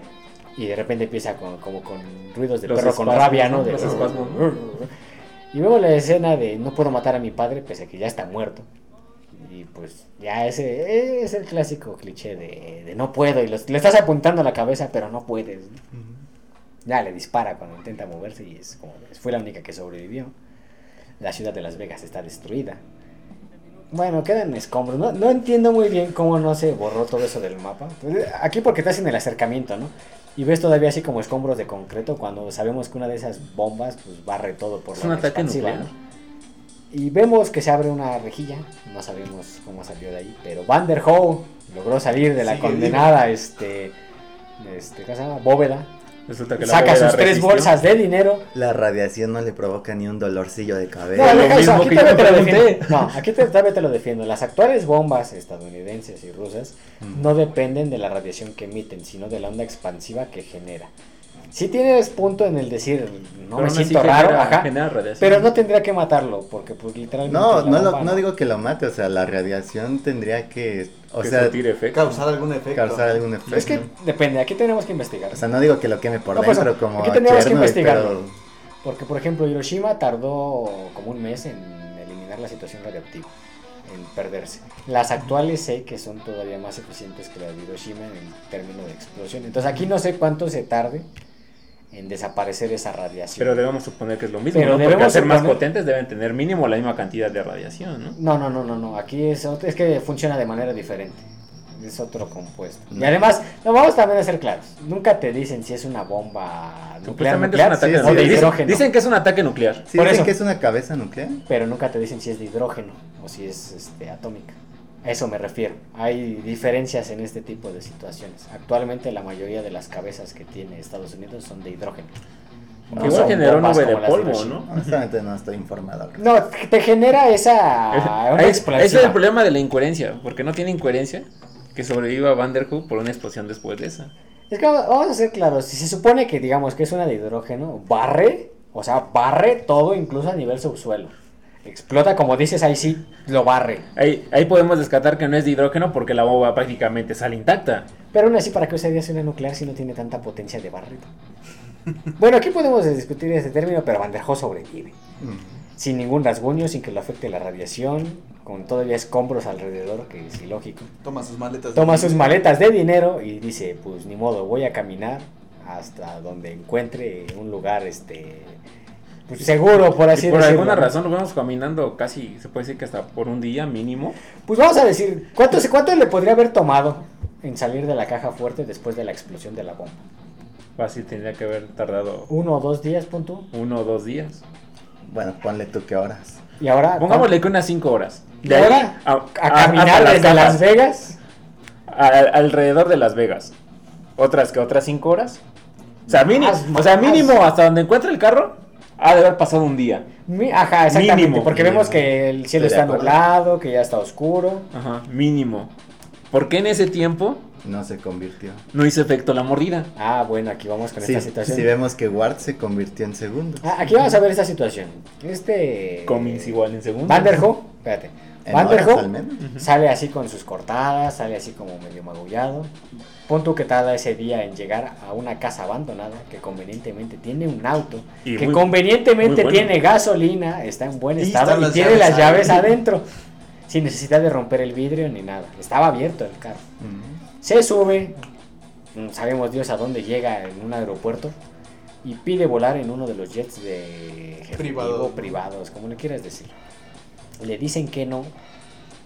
Y de repente empieza con, como con ruidos de
Los
perro con
espasmos,
rabia, ¿no?
¿no?
De-
Los espasmos,
Y vemos la escena de no puedo matar a mi padre, pese a que ya está muerto. Y pues ya ese es el clásico cliché de, de no puedo. Y los- le estás apuntando a la cabeza, pero no puedes. ¿no? Ya le dispara cuando intenta moverse y es como fue la única que sobrevivió. La ciudad de Las Vegas está destruida. Bueno, quedan escombros. No, no entiendo muy bien cómo no se borró todo eso del mapa. Pues, eh, aquí porque estás en el acercamiento, ¿no? Y ves todavía así como escombros de concreto cuando sabemos que una de esas bombas pues barre todo por
Es
la
un ataque
expansiva,
nuclear.
¿no? Y vemos que se abre una rejilla. No sabemos cómo salió de ahí, pero Vanderhoof logró salir de la
Sigue
condenada, este, este, ¿cómo se llama? Bóveda.
Resulta que la
Saca
bóveda
sus tres
resistió.
bolsas de dinero.
La radiación no le provoca ni un dolorcillo de
No,
cabeza.
lo
deja eso,
mismo
aquí
que yo me
todavía te lo defiendo.
pregunté.
No, aquí te- todavía te lo defiendo. Las actuales bombas estadounidenses y rusas
Mm.
no dependen de la radiación que emiten, sino de la onda expansiva que genera. Si tienes punto en el decir, no
Pero
me
aún así
siento
genera-
raro, ajá,
genera radiación.
pero no tendría que matarlo, porque pues literalmente...
No,
la
no, lo-
bomba
no digo que lo mate, o sea, la radiación tendría que, o
Que
sea,
surtir efecto.
Causar algún efecto.
causar algún efecto.
Pues Es que depende, aquí tenemos que investigar.
O sea, no digo que lo queme por
No, pues,
dentro como
aquí tendríamos que
Chernobyl,
investigarlo.
pero
Porque, por ejemplo, Hiroshima tardó como un mes en eliminar la situación radioactiva, en perderse. Las actuales sé que son todavía más eficientes que las de Hiroshima en el término de explosión. Entonces, aquí no sé cuánto se tarde en desaparecer esa radiación.
Pero debemos suponer que es lo mismo,
Pero
¿no? Porque
debemos
al ser más
suponer-
potentes deben tener mínimo la misma cantidad de radiación, ¿no?
No, no, no, no, no. Aquí es, ot- es que funciona de manera diferente. Es otro compuesto. Y
No.
además, no, vamos también a ser claros. Nunca te dicen si es una bomba nuclear,
Supuestamente
nuclear
es un ataque
sí, sí,
nuclear.
o de
Dicen-
hidrógeno.
Dicen que es un ataque nuclear.
¿sí
Por
dicen
eso.
que es una cabeza nuclear?
pero nunca te dicen si es de hidrógeno o si es este, atómica. A eso me refiero. Hay diferencias en este tipo de situaciones. Actualmente la mayoría de las cabezas que tiene Estados Unidos son de hidrógeno. No
Igual
son
generó
bombas
nube
como
de
las
polvo,
Hiroshima.
¿no?
Honestamente no estoy informado. al respecto.
No, te genera esa Ah, una
Ahí-
explosiva.
ese es el problema de la incoherencia, porque no tiene incoherencia que sobreviva Vanderhoof por una explosión después de esa.
Es que vamos- vamos a ser claros, si se supone que digamos que es una de hidrógeno, barre, o sea, barre todo incluso a nivel subsuelo. Explota, como dices, ahí sí, lo barre.
Ahí, ahí podemos descartar que no es de hidrógeno porque la bomba prácticamente sale intacta.
Pero aún así, ¿para qué usarías una nuclear si no tiene tanta potencia de barrido? bueno, aquí podemos discutir ese término, pero Vanderhoof sobrevive.
Mm.
Sin ningún rasguño, sin que lo afecte la radiación, con todavía escombros alrededor, que es ilógico.
Toma sus maletas. de-
Toma sus maletas de dinero y dice, pues ni modo, voy a caminar hasta donde encuentre un lugar, este... pues, seguro, por así
y por
decirlo,
alguna
¿no?
razón nos vamos caminando casi, se puede decir que hasta por un día mínimo.
Pues vamos a decir, ¿cuánto, se- ¿cuánto le podría haber tomado en salir de la caja fuerte después de la explosión de la bomba?
Fácil tendría que haber tardado
¿Uno o dos días, punto?
uno o dos días.
Bueno, ponle tú qué horas.
Y ahora.
Pongámosle que unas cinco horas.
¿Y Ah, ahora?
a,
A
a- hasta
caminar
las
desde
cajas.
Las Vegas.
al- alrededor de Las Vegas. Otras que otras cinco horas. O sea, mínimo,
Más,
o sea,
más.
mínimo hasta donde encuentra el carro ha de haber pasado un día.
Mi- Ajá, exactamente.
Mínimo,
porque
mínimo.
vemos que el cielo
Estoy de
está
acuerdo.
nublado, que ya está oscuro.
Ajá, mínimo. Porque en ese tiempo
No se convirtió.
no hizo efecto la mordida.
Ah, bueno, aquí vamos con
Sí,
esta situación.
si vemos que Ward se convirtió en segundo.
Ah, aquí vamos a ver esta situación. Este.
Comins igual en segundos.
Vanderhoof, espérate.
En horas al
Vanderhoof
menos.
Ujú.
sale así con sus cortadas, sale así como medio magullado. Pon tú que tarda ese día en llegar a una casa abandonada que convenientemente tiene un auto,
Y
que
muy- muy
convenientemente
bueno.
tiene gasolina, está en buen
Y
estado
están
y,
las
tiene
llaves
las llaves
adentro.
adentro, sin necesidad de romper el vidrio ni nada. Estaba abierto el carro.
Mm.
Se sube, mm, sabemos Dios a dónde llega en un aeropuerto y pide volar en uno de los jets de ejecutivo,
Privado.
privados, como le quieras decir. Le dicen que no.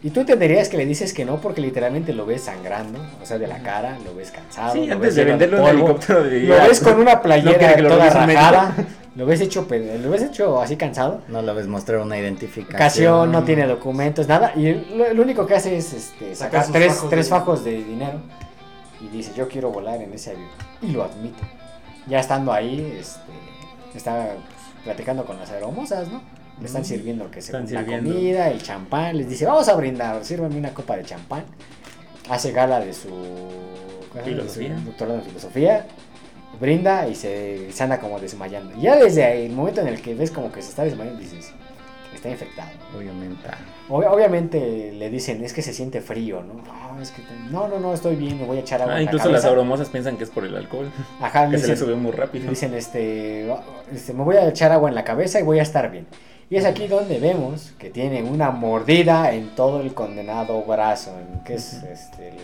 Y tú entenderías que le dices que no porque literalmente lo ves sangrando, o sea, de la cara, lo ves cansado.
Sí,
lo
antes
ves
de
lleno de
venderle un
polvo,
helicóptero de Ah,
Lo ves con una playera
quiere que lo
toda
revise un médico.
rajada, lo ves hecho pe- lo ves hecho así cansado.
No lo ves mostrar una identificación.
Ocasión, no tiene documentos, nada. Y él- lo, lo único que hace es este, sacar
Sacar sus
tres,
fajos
tres
de-
fajos de dinero y dice: Yo quiero volar en ese avión. Y lo admite. Ya estando ahí, este, está pues, platicando con las aeromosas, ¿no? Le están
Mm.
sirviendo que se
Están
la
sirviendo.
comida, el champán. Les dice: Vamos a brindar, sírvame una copa de champán. Hace gala de su, ¿cómo se llama? De su
Filosofía.
doctorado en filosofía. Brinda y se, se anda como desmayando. Ya desde ahí, el momento en el que ves como que se está desmayando, dices: está infectado.
Obviamente.
Ob- obviamente le dicen, es que se siente frío, ¿no? No, es que te- no, no, no, estoy bien, me voy a echar agua.
Ah,
en la
incluso las
cabeza".
abromosas piensan que es por el alcohol,
Ajá,
que
le
se le
dicen,
sube muy
le
rápido.
dicen, este, "Va- este, me voy a echar agua en la cabeza y voy a estar bien. Y es aquí donde vemos que tiene una mordida en todo el condenado brazo, en- que es este, el,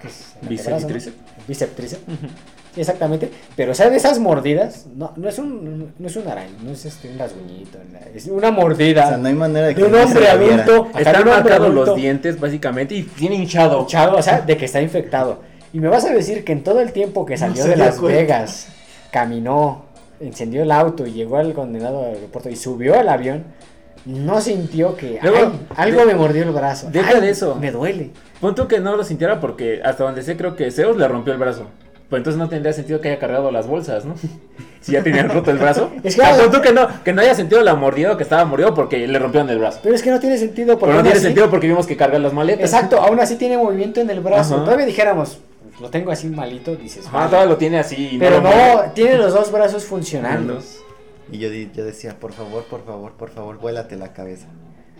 ¿qué es? El
Bíceps y
antebrazo, ¿no?
tríceps.
Bíceps, tríceps. Sí, Exactamente, pero o sea, de esas mordidas, no, no es un, no es un araña, no es este, un rasguñito, no, es una mordida
O sea, no hay manera de que
de un
no se
hombre
lo viera.
adulto, ajá, de
Están
un hombre
marcados
adulto
los dientes, básicamente, y tiene hinchado.
hinchado, o sea, de que está infectado. Y me vas a decir que en todo el tiempo que salió
se
de
dio
Las
cuenta.
Vegas, caminó, encendió el auto y llegó al condenado aeropuerto y subió al avión, no sintió que
Luego,
"Ay, algo
de-
me mordió el brazo.
deja
Ay,
de eso.
Me duele.
Punto que no lo sintiera porque hasta donde sé creo que Zeus le rompió el brazo. Pues entonces no tendría sentido que haya cargado las bolsas, ¿no? Si ya tenían roto el brazo.
Es que-
Ah, punto que no, que no haya sentido la mordida o que estaba mordido porque le rompieron el brazo.
Pero es que no tiene sentido
Pero
porque
no
aún
tiene
así-
sentido porque vimos que cargan las maletas.
Exacto, aún así tiene movimiento en el brazo.
Ajá.
Todavía dijéramos, lo tengo así malito, dices.
Ah,
"Vale".
todavía lo tiene así. y
pero
lo
no,
mueve.
tiene los dos brazos funcionando.
Y yo, di- yo decía, por favor, por favor, por favor, vuélate la cabeza.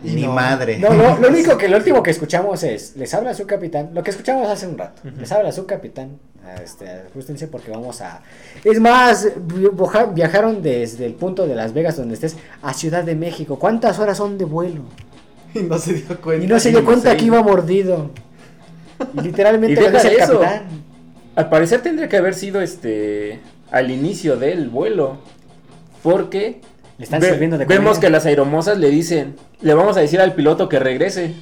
Y
No.
mi madre.
No, no, lo único que, lo último que escuchamos es, les habla su capitán, lo que escuchamos hace un rato, les habla su capitán, ah, este, ajustense porque vamos a... Es más, vi- boja- viajaron desde el punto de Las Vegas donde estés a Ciudad de México, ¿cuántas horas son de vuelo?
Y no se dio cuenta.
Y no se dio cuenta
sí.
que iba mordido. Y
Y
literalmente lo
deja
dice el
eso.
capitán.
Al parecer tendría que haber sido este al inicio del vuelo. Porque
Le están
ve-
sirviendo de comer.
vemos que las aeromosas le dicen, le vamos a decir al piloto que regrese.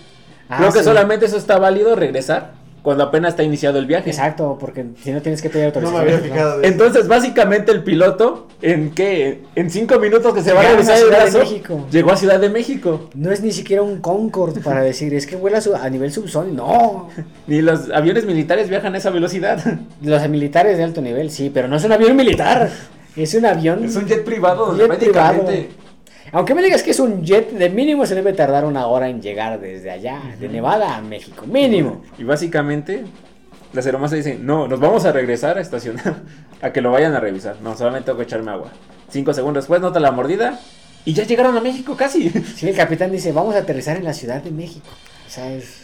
Ah,
Creo que
sí.
solamente eso está válido regresar cuando apenas está iniciado el viaje.
Exacto, porque si no tienes que pedir
No
autorización.
me había
¿no?
fijado. de eso.
Entonces, básicamente el piloto, ¿en qué? En cinco minutos que se va a
Llegaron a
regresar el
Ciudad de
brazo,
México.
llegó a Ciudad de México.
No es ni siquiera un Concorde para decir, es que vuela su- a nivel subsónico. No,
Ni los aviones militares viajan a esa velocidad.
Los militares de alto nivel, sí, pero no es un avión militar. Es un avión.
Es un jet privado donde
Jet
prácticamente...
privado. Aunque me digas que es un jet, de mínimo se debe tardar una hora en llegar desde allá, de Nevada a México. Mínimo.
Y básicamente, las aeromasas dicen, no, nos vamos a regresar a estacionar, a que lo vayan a revisar. No, solamente tengo que echarme agua. Cinco segundos después, nota la mordida, y ya llegaron a México casi.
Sí, el capitán dice, vamos a aterrizar en la Ciudad de México. O sea, es-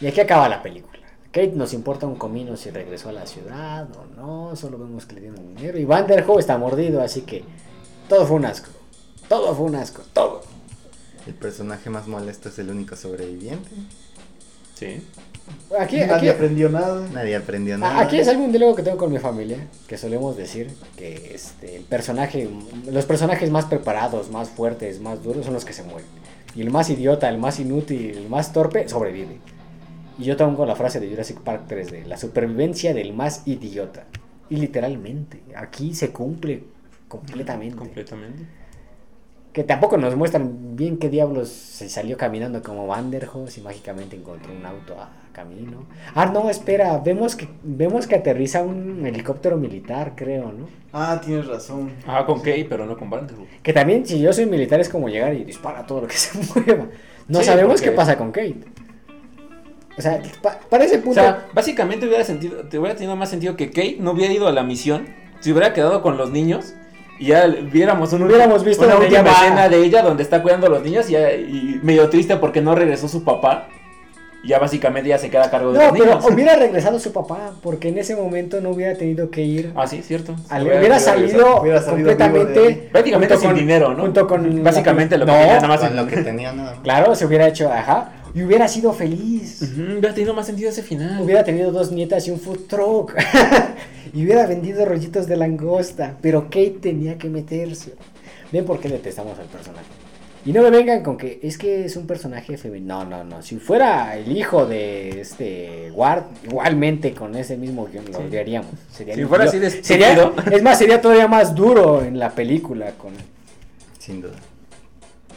Y aquí acaba la película. Kate nos importa un comino si regresó a la ciudad o no, solo vemos que le dieron dinero. Y Van der Hoe está mordido, así que todo fue un asco. Todo fue un asco, todo.
El personaje más molesto es el único sobreviviente.
Sí.
Aquí, aquí,
Nadie aprendió nada.
Nadie aprendió
Ah,
nada.
Aquí es algún diálogo que tengo con mi familia, que solemos decir que este, el personaje, los personajes más preparados, más fuertes, más duros son los que se mueren. Y el más idiota, el más inútil, el más torpe, sobrevive. Y yo tengo la frase de Jurassic Park 3D, la supervivencia del más idiota. Y literalmente, aquí se cumple completamente.
Completamente.
que tampoco nos muestran bien qué diablos se salió caminando como Vanderhoes y mágicamente encontró un auto a camino. Ah, no, espera, vemos que vemos que aterriza un helicóptero militar, creo, ¿no?
Ah, tienes razón.
Ajá, con Kay, pero no con Vanderbilt.
Que también si yo soy militar es como llegar y dispara todo lo que se mueva. No
Sí,
sabemos
porque-
qué pasa con Kate. O sea, pa- para ese punto
O sea, básicamente hubiera sentido, te hubiera tenido más sentido que Kate no hubiera ido a la misión, se hubiera quedado con los niños y ya viéramos un-
Hubiéramos visto
una
la
última
última-
escena de ella donde está cuidando a los niños y, ya- y medio triste porque no regresó su papá. Y ya básicamente ya se queda a cargo de
no,
los
pero
niños.
hubiera regresado su papá porque en ese momento no hubiera tenido que ir.
Ah, sí, cierto.
al- hubiera, salido
Hubiera salido vivo de
completamente
ahí.
Prácticamente
junto
sin
con-
dinero, ¿no?
Junto con
Básicamente lo que
No,
tenía nada más.
Con lo que tenía nada más.
Claro, se hubiera hecho, ajá, y hubiera sido feliz.
Ujú, hubiera tenido más sentido ese final.
Hubiera tenido dos nietas y un food truck. y hubiera vendido rollitos de langosta. Pero Kate tenía que meterse. Ven por qué detestamos al personaje. Y no me vengan con que es que es un personaje femenino. No, no, no. Si fuera el hijo de este Ward, igualmente con ese mismo guión lo
Sí.
odiaríamos. Sería
Si
el-
fuera
lo-
así de
sería,
estúpido.
Es más, sería todavía más duro en la película con
Sin duda.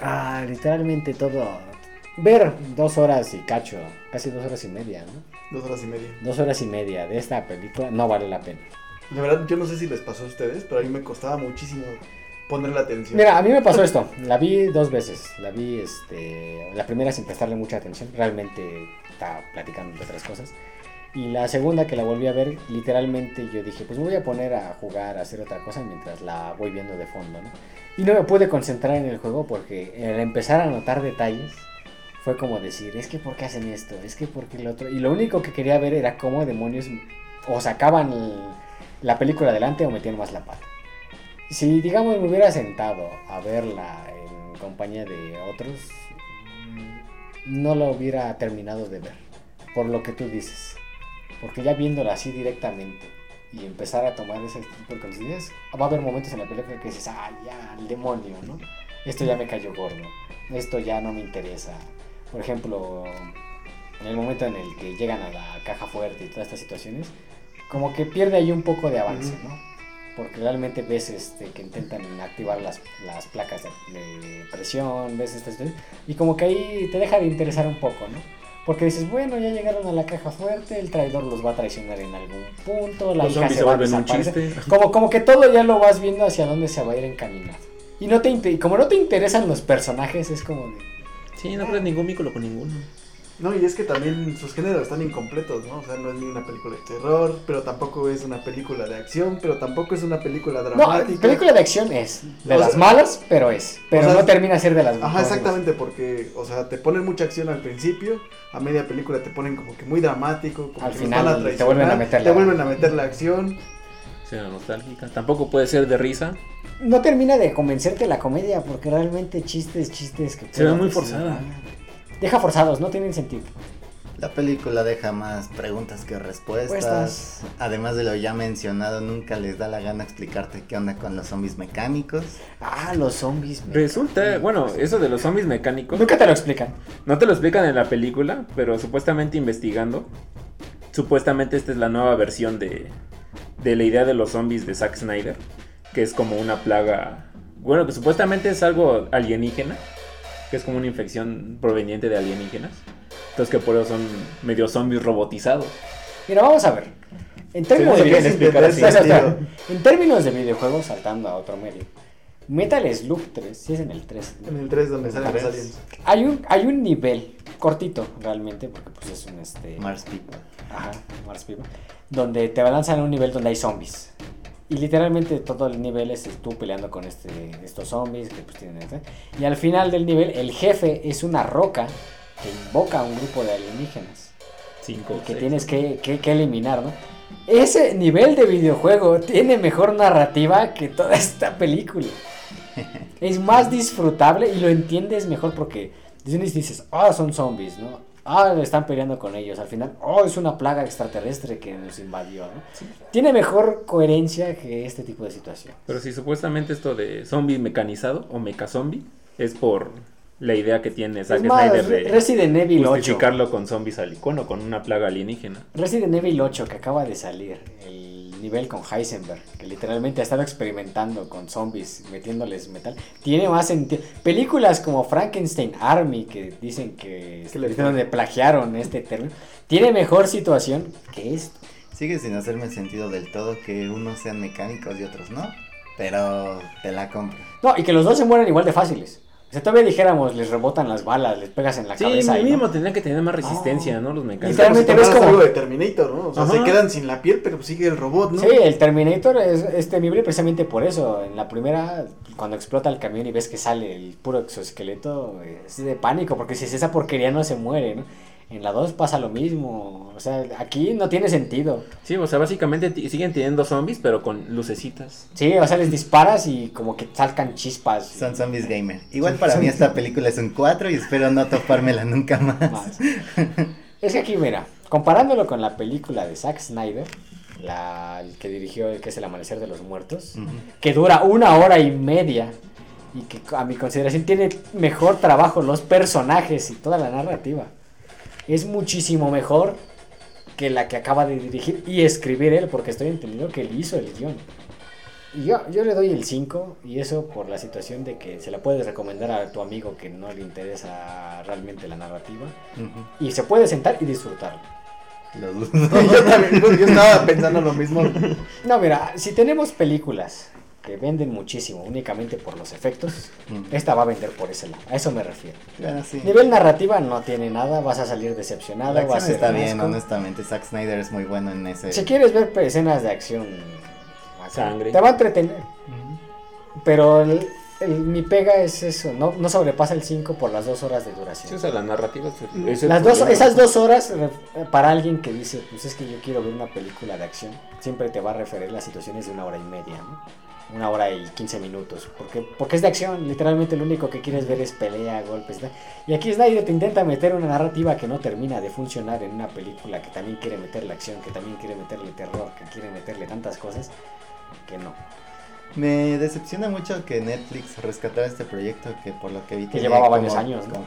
Ah, literalmente todo. Ver dos horas y cacho, casi dos horas y media, ¿no?
Dos horas y media.
Dos horas y media de esta película no vale la pena.
La verdad, yo no sé si les pasó a ustedes, pero a mí me costaba muchísimo ponerle atención.
Mira, a mí me pasó esto. La vi dos veces. La vi, este, la primera sin prestarle mucha atención. Realmente estaba platicando de otras cosas. Y la segunda que la volví a ver, literalmente yo dije, pues me voy a poner a jugar, a hacer otra cosa mientras la voy viendo de fondo, ¿no? Y no me pude concentrar en el juego porque al empezar a notar detalles fue como decir, es que por qué hacen esto, es que por qué lo otro. Y lo único que quería ver era cómo demonios o sacaban el- la película adelante o metían más la pata. Si, digamos, me hubiera sentado a verla en compañía de otros, mm, no la hubiera terminado de ver, por lo que tú dices. Porque ya viéndola así directamente y empezar a tomar ese tipo de conciencias, va a haber momentos en la película que dices, ah, ya, el demonio, ¿no? Esto ya me cayó gordo, esto ya no me interesa. Por ejemplo, en el momento en el que llegan a la caja fuerte y todas estas situaciones, como que pierde ahí un poco de avance,
Ujú.
¿no? Porque realmente ves este, que intentan activar las, las placas de, de presión, ves estas situaciones, y como que ahí te deja de interesar un poco, ¿no? Porque dices, bueno, ya llegaron a la caja fuerte, el traidor los va a traicionar en algún punto, la
Los
hija
zombies
se
se
va a
vuelven un
desaparecer.
chiste.
Como, como que todo ya lo vas viendo hacia dónde se va a ir encaminado. Y no te inte- y como no te interesan los personajes, es como de.
Sí, no crees ningún vínculo con ninguno.
No, y es que también sus géneros están incompletos, ¿no? O sea, no es ni una película de terror, pero tampoco es una película de acción, pero tampoco es una película
No,
dramática.
película de acción es. De
O
las
sea-
malas, pero es. Pero
o sea-
no termina de ser de las
Ajá,
mejores.
exactamente, porque, o sea, te ponen mucha acción al principio, a media película te ponen como que muy dramático, como
Al
que
final
nos van a
te
traicionar,
vuelven a meter
te
la-
vuelven a meter la acción.
Será nostálgica. Tampoco puede ser de risa.
No termina de convencerte la comedia, porque realmente chistes, chistes que.
Se ve
puedan
muy
decir,
forzada.
"Ah". Deja forzados, no tienen sentido.
La película deja más preguntas que respuestas.
Respuestas.
Además de lo ya mencionado, nunca les da la gana explicarte qué onda con los zombies mecánicos.
Ah, los zombies. me-
Resulta, bueno, eso de los zombies mecánicos.
Nunca te lo explican.
No te lo explican en la película, pero supuestamente investigando. Supuestamente esta es la nueva versión de, de la idea de los zombies de Zack Snyder. Que es como una plaga. Bueno, que supuestamente es algo alienígena. Que es como una infección proveniente de alienígenas. Entonces que por eso son medio zombies robotizados.
Mira, vamos a ver.
Según
En términos
lo
de
quieren explicar así.
Espera, espera.
Sentido.
En términos de videojuegos, saltando a otro medio, Metal Slug 3, si es en el 3, ¿no?
En el 3 donde salen los
tres.
aliens.
hay, un, hay un nivel cortito realmente, porque pues es un este...
Mars People.
Ajá, Mars Vivo, Donde te lanzan a un nivel donde hay zombies. Y literalmente todo el nivel es tú peleando con este, estos zombies que pues tienen este. Y al final del nivel el jefe es una roca que invoca a un grupo de alienígenas
Cinco.
y que
seis.
tienes que, que- que eliminar, ¿no? Ese nivel de videojuego tiene mejor narrativa que toda esta película. Es más disfrutable y lo entiendes mejor porque dices, dices, ah, son zombies, ¿no? Ah, están peleando con ellos. Al final, oh, es una plaga extraterrestre que nos invadió, ¿no? Tiene mejor coherencia que este tipo de situación.
Pero si supuestamente esto de zombie mecanizado o mecha zombie es por la idea que tiene Zack
Es más,
Snyder de
Resident Evil 8.
justificarlo con zombies al icono, con una plaga alienígena.
Resident Evil 8 que acaba de salir, el nivel con Heisenberg, que literalmente ha estado experimentando con zombies, metiéndoles metal, tiene más sentido. Películas como Frankenstein Army, que dicen que,
Que le-
donde plagiaron este término, tiene mejor situación que esto.
Sigue sin hacerme sentido del todo que unos sean mecánicos y otros no. Pero te la compro.
No, y que los dos se mueren igual de fáciles. O sea, todavía dijéramos, les rebotan las balas, les pegas en la
Sí,
cabeza. y no.
mínimo tendrían que tener más resistencia, ¿no? Los
Es
mecánicos.
como si
Literalmente ves
tomaras
como-
algo de Terminator, ¿no? O sea,
Ajá.
se quedan sin la piel, pero sigue el robot, ¿no?
Sí, el Terminator es, es temible precisamente por eso. En la primera, cuando explota el camión y ves que sale el puro exoesqueleto, eh, es de pánico, porque si es esa porquería no se muere, ¿no? En la 2 pasa lo mismo. O sea, aquí no tiene sentido.
Sí, o sea, básicamente ti- siguen teniendo zombies, pero con lucecitas.
Sí, o sea, les disparas y como que salcan chispas.
Son zombies gamer. Igual para mí esta película es un 4 y espero no topármela nunca más.
más. Es que aquí, mira, comparándolo con la película de Zack Snyder, la el que dirigió el que es El Amanecer de los Muertos,
Ujú.
que dura una hora y media y que a mi consideración tiene mejor trabajo los personajes y toda la narrativa. Es muchísimo mejor que la que acaba de dirigir y escribir él, porque estoy entendiendo que él hizo el guión. Y yo, yo le doy el 5 y eso por la situación de que se la puedes recomendar a tu amigo que no le interesa realmente la narrativa
Ujú.
y se puede sentar y disfrutarlo.
Lo dudo.
yo también, yo estaba pensando lo mismo.
No, mira, si tenemos películas que venden muchísimo únicamente por los efectos,
Mm.
esta va a vender por ese lado. A eso me refiero.
Bueno, sí.
Nivel narrativa no tiene nada, vas a salir decepcionado,
La
va a
acción
ser
está
un
bien,
asco.
honestamente. Zack Snyder es muy bueno en ese.
Si quieres ver escenas de acción, así,
Sangre.
te va a entretener. Pero el- el- mi pega es eso, no, no sobrepasa el 5 por las dos horas de
Sí, o
duración.
sea, la narrativa es el-
Ese
Las dos,
problema.
esas dos horas re- para alguien que dice, pues es que yo quiero ver una película de acción, siempre te va a referir las situaciones de una hora y media, ¿no? Una hora y quince minutos, porque, porque es de acción, literalmente lo único que quieres ver es pelea, golpes. ¿no? Y aquí Snyder te intenta meter una narrativa que no termina de funcionar en una película que también quiere meterle acción, que también quiere meterle terror, que quiere meterle tantas cosas, que no.
Me decepciona mucho que Netflix rescatara este proyecto que por lo que vi
Que
tiene
llevaba varios años, ¿no?
como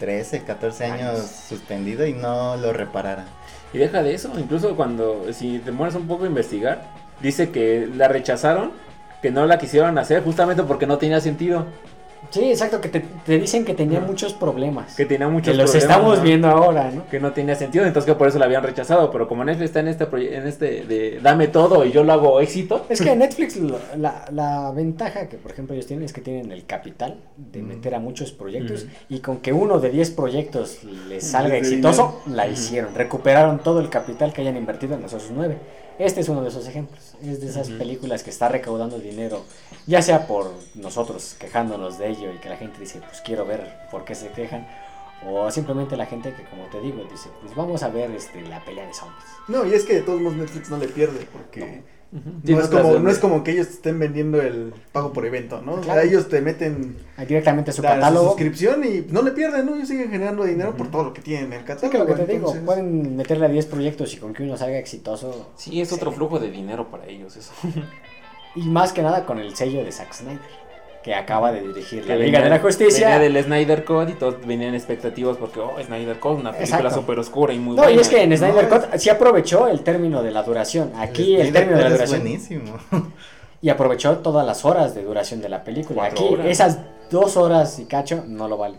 13, 14 años,
Años.
suspendido y no lo reparara.
Y deja de eso, incluso cuando, si te mueres un poco a investigar, dice que la rechazaron, que no la quisieron hacer justamente porque no tenía sentido,
Sí, exacto, que te, te dicen que tenía
Ajá.
muchos problemas.
que tenía muchos
que los
problemas,
estamos
¿no?
viendo ahora, ¿no?
Que no tenía sentido, entonces que por eso la habían rechazado, pero como Netflix está en este proye- en este de dame todo y yo lo hago éxito,
Es que Netflix, lo- la, la ventaja que, por ejemplo, ellos tienen es que tienen el capital de
Ujú.
meter a muchos proyectos
Ujú.
y con que uno de 10 proyectos les salga
Les dé
exitoso, la
Ujú.
hicieron. Recuperaron todo el capital que hayan invertido en los otros nueve. Este es uno de esos ejemplos. Es de esas
Ujú.
películas que está recaudando dinero, ya sea por nosotros quejándonos de ello y que la gente dice, pues quiero ver por qué se quejan. O simplemente la gente que, como te digo, dice, pues vamos a ver este, la pelea de zombies.
No, y es que de todos modos Netflix no le pierde, porque
Ujú.
no,
Tiene
es,
otras
como,
donde-
no es como que ellos te estén vendiendo el pago por evento, ¿no? O
Claro.
sea, ellos te meten
Ahí Directamente a su
la, su
catálogo.
suscripción y no le pierden, ¿no? Ellos siguen generando dinero por todo lo que tienen en el
Es que lo
catálogo.
que te digo,
entonces-
pueden meterle a 10 proyectos y con que uno salga exitoso.
Sí, es otro flujo de dinero para ellos eso.
Y más que nada con el sello de Zack Snyder, que acaba de dirigir
que
la Liga
venía-
de la Justicia.
Venía del Snyder Code y todos venían expectativas porque, oh, Snyder Code, una película
Exacto.
súper oscura y muy
No,
buena.
y es que en Snyder
es-
Cut sí aprovechó el término de la duración. Aquí el,
Snyder
término de la
Cut es
duración.
buenísimo.
Y aprovechó todas las horas de duración de la película.
Cuatro
Aquí
horas.
esas dos horas y cacho no lo vale.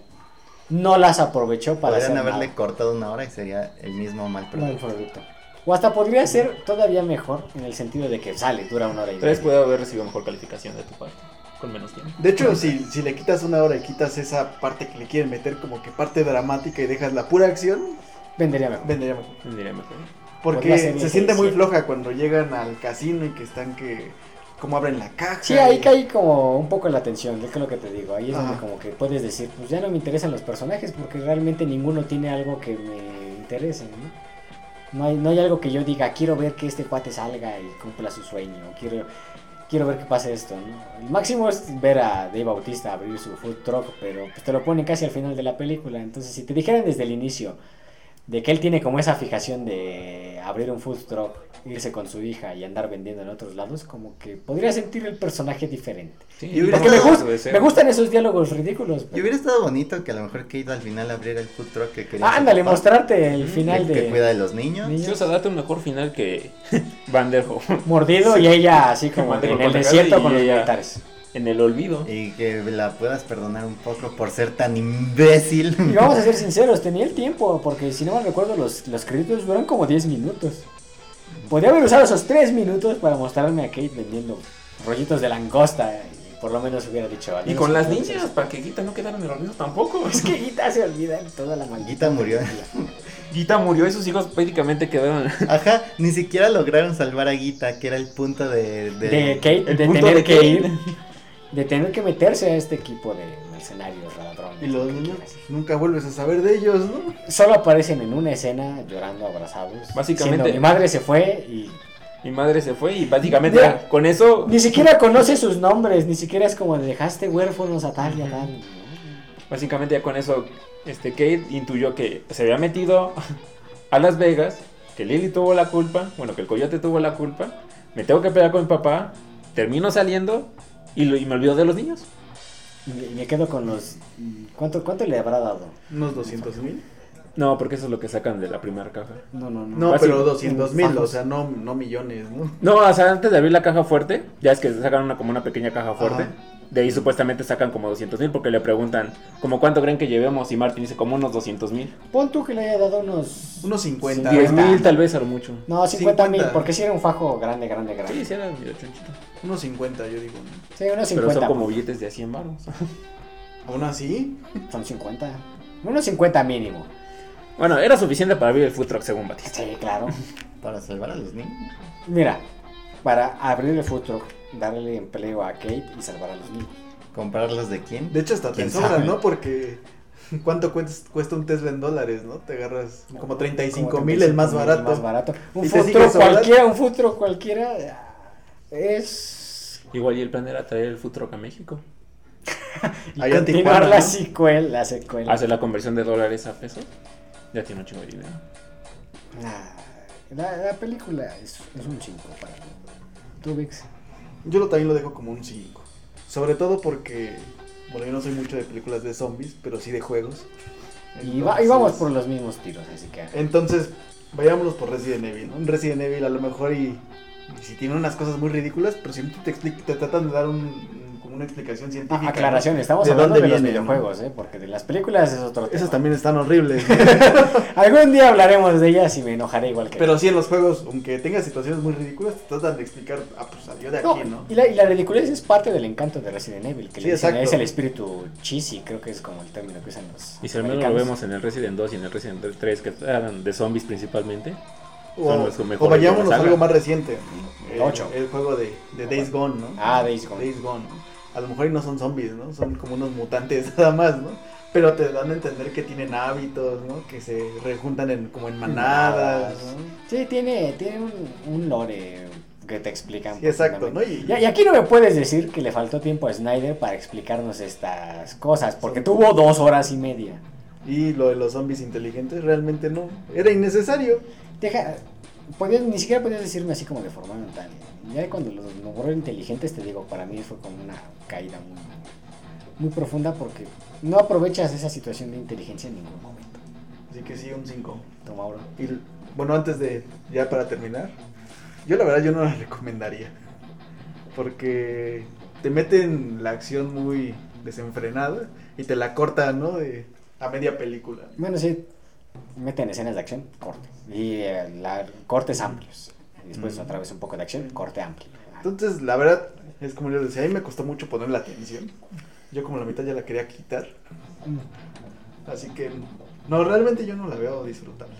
No las aprovechó para hacer
Podrían haberle
nada.
cortado una hora y sería el mismo mal
Mal
producto.
producto. O hasta podría ser todavía mejor en el sentido de que sale, dura una hora y
Tres
media.
puede haber recibido mejor calificación de tu parte, con menos tiempo.
De hecho, si, si le quitas una hora y quitas esa parte que le quieren meter como que parte dramática y dejas la pura acción,
Vendería mejor.
vendería mejor.
Diría mejor.
Porque
Podría ser
se
mejor,
siente muy
sí.
floja cuando llegan al casino y que están que... Como abren la caja.
Sí, ahí
y-
cae como un poco la atención, es que lo que te digo. Ahí es donde
Ajá.
como que puedes decir, pues ya no me interesan los personajes porque realmente ninguno tiene algo que me interese, ¿no? No hay, no hay algo que yo diga, quiero ver que este cuate salga y cumpla su sueño, o quiero, quiero ver que pase esto, ¿no? El máximo es ver a Dave Bautista abrir su food truck, pero pues, te lo ponen casi al final de la película. Entonces, si te dijeran desde el inicio de que él tiene como esa fijación de abrir un food truck, irse con su hija y andar vendiendo en otros lados, como que podría sentir el personaje diferente.
Sí,
Y hubiera
Porque me,
Todo
gust- me gustan esos diálogos ridículos.
Y
pero-
hubiera estado bonito que a lo mejor que ido al final a abrir el food truck que quería. su
Ándale,
papá,
mostrarte el
que-
final
Que cuida
de
de los niños.
niños
Sí, o sea, date un mejor final que
Vanderho.
mordido y ella así como
Mande
en
con
el
Portugal
desierto
y
con los
ella-
militares.
En el olvido.
Y que la puedas perdonar un poco por ser tan imbécil.
Y vamos a ser sinceros, tenía el tiempo, porque si no mal recuerdo, los, los créditos duran como 10 minutos. Podría haber usado esos 3 minutos para mostrarme a Kate vendiendo rollitos de langosta y por lo menos hubiera dicho al
Y
menos
con las
creo que
niñas,
se-
para que Guita no quedara en el olvido tampoco.
Es que Guita se olvida en toda la
Guita
maldita.
murió.
película.
Gita murió y sus hijos prácticamente quedaron.
Ajá, ni siquiera lograron salvar a Guita, que era el punto de. de-
De Kate,
el
de
punto
tener
de
que
Kate.
ir. De tener que meterse a este equipo de mercenarios, ladrones.
Y
lo
los
que
niños
quieras.
nunca vuelves a saber de ellos, ¿no?
Solo aparecen en una escena llorando abrazados.
Básicamente-
diciendo, Mi madre se fue y
Mi madre se fue y básicamente
Ya.
ya, con eso.
Ni siquiera conoce sus nombres, ni siquiera es como de dejaste huérfanos a tal y a tal.
Básicamente ya con eso. Este Kate intuyó que se había metido a Las Vegas. Que Lily tuvo la culpa. Bueno, que el coyote tuvo la culpa. Me tengo que pelear con mi papá. Termino saliendo. Y, lo- y me olvido de los niños.
¿no? Y me quedo con los... ¿Cuánto, cuánto le habrá dado?
Unos 200 mil.
No, porque eso es lo que sacan de la primera caja.
No, no, no.
No,
Así,
pero 200 mil,
fajos.
o sea, no, no millones, ¿no?
No, o sea, antes de abrir la caja fuerte, ya es que sacan una como una pequeña caja fuerte.
Ajá.
De ahí supuestamente sacan como 200 mil porque le preguntan, como cuánto creen que llevemos? Y Martín dice, como unos 200 mil.
Pon tú que le haya dado unos.
Unos 50.
10
¿verdad?
mil tal vez a lo mucho.
No, 50 mil,
50.
porque si era un fajo grande, grande,
Sí,
grande.
sí, era medio chonchito.
Unos 50, yo digo. ¿no?
Sí, unos 50.
Pero son como billetes de a 100 baros.
Aún así,
Son 50. Unos 50 mínimo.
bueno, era suficiente para abrir el food truck según Batista.
Sí, claro.
Para salvar a los niños.
Mira, para abrir el food truck, darle empleo a Kate y salvar a los niños.
¿Comprarlos de quién?
de hecho, hasta te
¿Quién
sobra,
sabe?
¿no? Porque. ¿Cuánto cuesta, cuesta un Tesla en dólares, no? Te agarras como 35
Como
mil, el más
35,000,
barato.
el más barato. Un
Y te
food
sigue
truck
sobrando.
cualquiera, un food truck cualquiera. eh, Es.
Igual y el plan era traer el food truck a México.
y
Allá en
continuar
Tijuana,
la
¿no?
secuela. La secuela.
Hace la conversión de dólares a pesos. Ya tiene un chingo de dinero.
Ah, La, la película es, es un 5 para mí. ¿Tú, Vix?
Yo lo, también lo dejo como un 5. Sobre todo porque. Bueno, yo no soy mucho de películas de zombies, pero sí de juegos.
Y, va- y vamos
Entonces-
por los mismos tiros, así que. ah,
Entonces, vayámonos por Resident Evil, ¿no? Un Resident Evil a lo mejor y, y si tiene unas cosas muy ridículas, pero siempre te expli- te tratan de dar un, como una explicación
Ah,
científica. ¿no?
aclaración, estamos
¿De
hablando de
dónde
los
viene, no?
videojuegos, ¿eh? porque de las películas es otro tema.
Esas también están horribles. ¿no?
Algún día hablaremos de ellas y me enojaré igual que
pero sí en los juegos, aunque tengas situaciones muy ridículas, te tratan de explicar, ah, pues salió de
No,
aquí, ¿no?
y, la, y la ridiculez es parte del encanto de Resident Evil, que
Sí,
le dicen,
exacto.
es el espíritu cheesy, creo que es como el término que usan los
Y si al menos lo
americanos.
vemos en el Resident 2 y en el Resident 3, que eran de zombies principalmente. son
O,
los que
o
mejor
vayámonos
salgan.
a algo más reciente. El,
Ocho.
el juego de, de Days Gone, ¿no?
Ah, Days Gone.
Days Gone. A lo mejor y no son zombies, ¿no? Son como unos mutantes nada más, ¿no? Pero te dan a entender que tienen hábitos, ¿no? Que se rejuntan en, como en manadas, ¿no?
Sí, tiene, tiene un, un lore que te explican.
Sí, exacto, ¿no? Y,
Y, y aquí no me puedes decir que le faltó tiempo a Snyder para explicarnos estas cosas, porque tuvo dos horas y media.
y lo de los zombies inteligentes realmente no. Era innecesario.
Deja, podías- ni siquiera podías decirme así como de forma mental. Ya cuando los logros inteligentes, te digo, para mí fue como una caída muy, muy profunda porque no aprovechas esa situación de inteligencia en ningún momento.
Así que sí, un 5.
Toma ahora.
Y bueno, antes de, ya para terminar, yo la verdad yo no la recomendaría. Porque te meten la acción muy desenfrenada y te la cortan, ¿no? De- a media película.
Bueno, sí, meten escenas de acción, corte. Y eh, la- cortes amplios. Y después
Mm.
otra vez un poco de acción, corte amplio.
Entonces, la verdad, es como yo les decía, a mí me costó mucho poner la atención. Yo como la mitad ya la quería quitar. Así que, no, realmente yo no la veo disfrutable.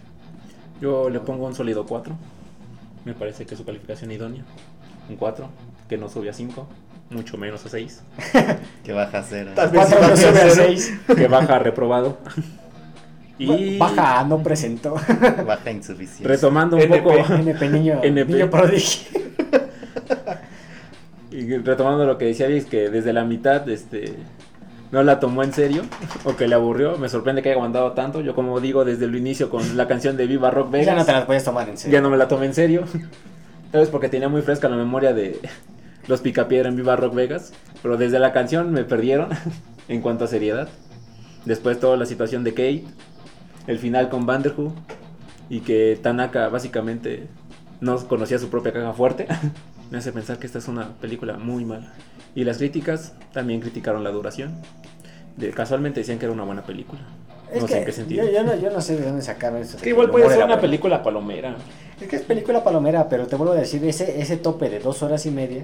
Yo le pongo un sólido 4. Me parece que es su calificación idónea. Un 4, que no sube a 5, mucho menos a 6.
Que baja a cero.
Tal vez si
Cuatro
va a
no sube a
ser-
seis.
Que baja a reprobado. Y
Baja, A, no presentó.
Baja insuficiente.
retomando un
NP.
poco.
NP niño,
NP.
niño prodigio.
y retomando lo que decía Alex, que desde la mitad este, no la tomó en serio o que le aburrió. Me sorprende que haya aguantado tanto. Yo, como digo, desde el inicio con la canción de Viva Rock Vegas.
Ya no te las puedes tomar en serio.
Ya no me la tomé en serio. Tal vez porque tenía muy fresca la memoria de los Picapiedra en Viva Rock Vegas. Pero desde la canción me perdieron en cuanto a seriedad. Después toda la situación de Kate. El final con Vanderhoo. Y que Tanaka básicamente no conocía su propia caja fuerte. Me hace pensar que esta es una película muy mala. Y las críticas también criticaron la duración. De- casualmente decían que era una buena película.
Es
no
que
sé en qué sentido.
Yo, yo no, yo no sé de dónde sacaron eso. de
Que igual
lo
puede
muere
ser
la
una
buena.
película palomera.
Es que es película palomera, pero te vuelvo a decir, ese, ese tope de dos horas y media,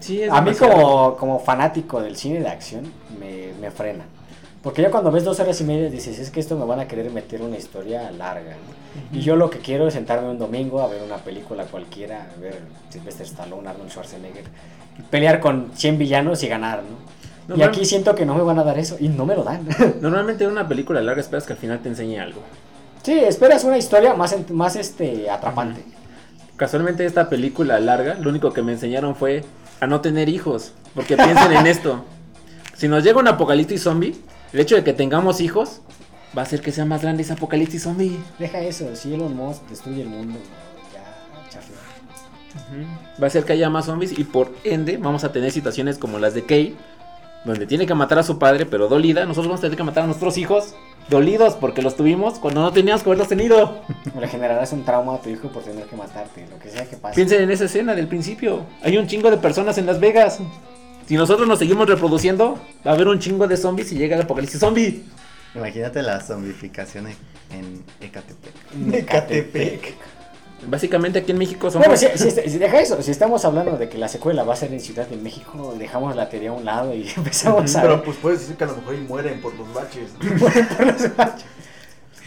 Sí, es
a mí
demasiado.
como, como fanático del cine de acción, me, me frena. Porque ya cuando ves dos horas y media dices, es que esto me van a querer meter una historia larga. Y yo lo que quiero es sentarme un domingo a ver una película cualquiera, a ver Sylvester Stallone, Arnold Schwarzenegger, y pelear con 100 villanos y ganar, ¿no?
No,
y
no.
aquí siento que no me van a dar eso, y no me lo dan.
Normalmente en una película larga esperas que al final te enseñe algo.
sí, esperas una historia más, ent- más este, atrapante.
Casualmente esta película larga, lo único que me enseñaron fue a no tener hijos. Porque piensen en esto. Si nos llega un apocalipsis zombie, el hecho de que tengamos hijos va a hacer que sea más grande ese apocalipsis zombie.
Deja eso, si Elon Musk destruye el mundo, ya, chafeo.
Va a hacer que haya más zombies y por ende vamos a tener situaciones como las de Kay, donde tiene que matar a su padre, pero dolida, nosotros vamos a tener que matar a nuestros hijos dolidos porque los tuvimos cuando no teníamos que haberlos tenido.
Le generarás un trauma a tu hijo por tener que matarte, lo que sea que pase.
Piensen en esa escena del principio. Hay un chingo de personas en Las Vegas. Si nosotros nos seguimos reproduciendo, va a haber un chingo de zombies y llega el apocalipsis zombie.
Imagínate la zombificación en, en Ecatepec.
Ecatepec.
Básicamente aquí en México somos...
Bueno, si, si- si- deja eso, si estamos hablando de que la secuela va a ser en Ciudad de México, dejamos la teoría a un lado y empezamos a...
Pero pues puedes decir que a lo mejor y mueren por los baches.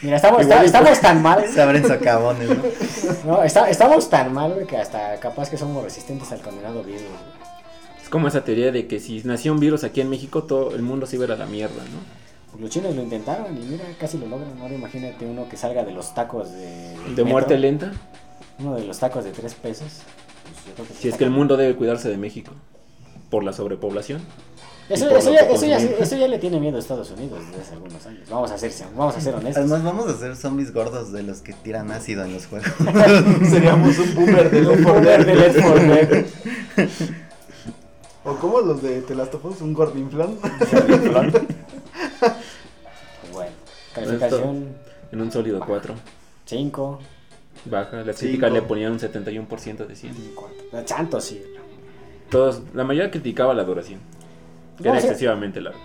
Mira, estamos,
Igual y-
estamos tan mal,
Se abren socavones, ¿no?
no, está- estamos tan mal güey, que hasta capaz que somos resistentes al condenado virus. güey.
Es como esa teoría de que si nació un virus aquí en México, todo el mundo se iba a ir a la mierda, ¿no?
Pues Los chinos lo intentaron y mira, casi lo logran. Ahora imagínate uno que salga de los tacos de... del
De
metro,
muerte lenta,
Uno de los tacos de tres pesos. pues, yo creo
si es
está
que el
cabrón.
mundo debe cuidarse de México por la sobrepoblación.
Eso,
Y por
eso
lo
ya,
que
eso ya-
consume.
eso ya le tiene miedo a Estados Unidos desde hace algunos años. Vamos a ser, vamos a ser honestos.
Además vamos a ser zombies gordos de los que tiran ácido en los juegos.
Seríamos un boomer de Left 4 Dead.
de Left 4 Dead.
O como los de Telastofos, un gordinflón.
Bueno, calificación
En un sólido 4.
5.
Baja. La
Cinco.
crítica le ponían un 71% de 100.
Santo, sí.
Todos, la mayoría criticaba la duración, que era
Vamos a, ir,
excesivamente larga.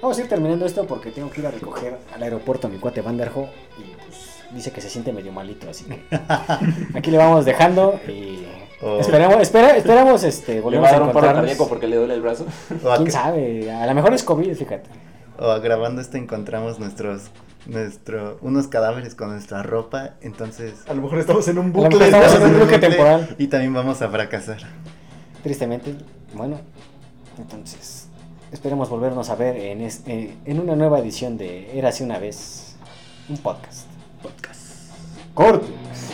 vamos a ir terminando esto porque tengo que ir a recoger al aeropuerto a mi cuate Vanderho y pues dice que se siente medio malito, así que aquí le vamos dejando y
Oh.
esperamos, espera, esperamos este,
Le
volvemos
va a
a
dar un paro
encontrarnos.
cardíaco porque le duele el brazo.
O, a-
Quién sabe, a lo mejor es COVID, fíjate.
o grabando esto encontramos nuestros nuestro unos cadáveres con nuestra ropa, entonces
A lo mejor estamos en un
A lo mejor
bucle.
estamos en un
¿no?
bloque temporal.
y también vamos a fracasar.
Tristemente, bueno, entonces esperemos volvernos a ver en, es- eh, en una nueva edición de Érase una vez un podcast.
Podcast.
Corte.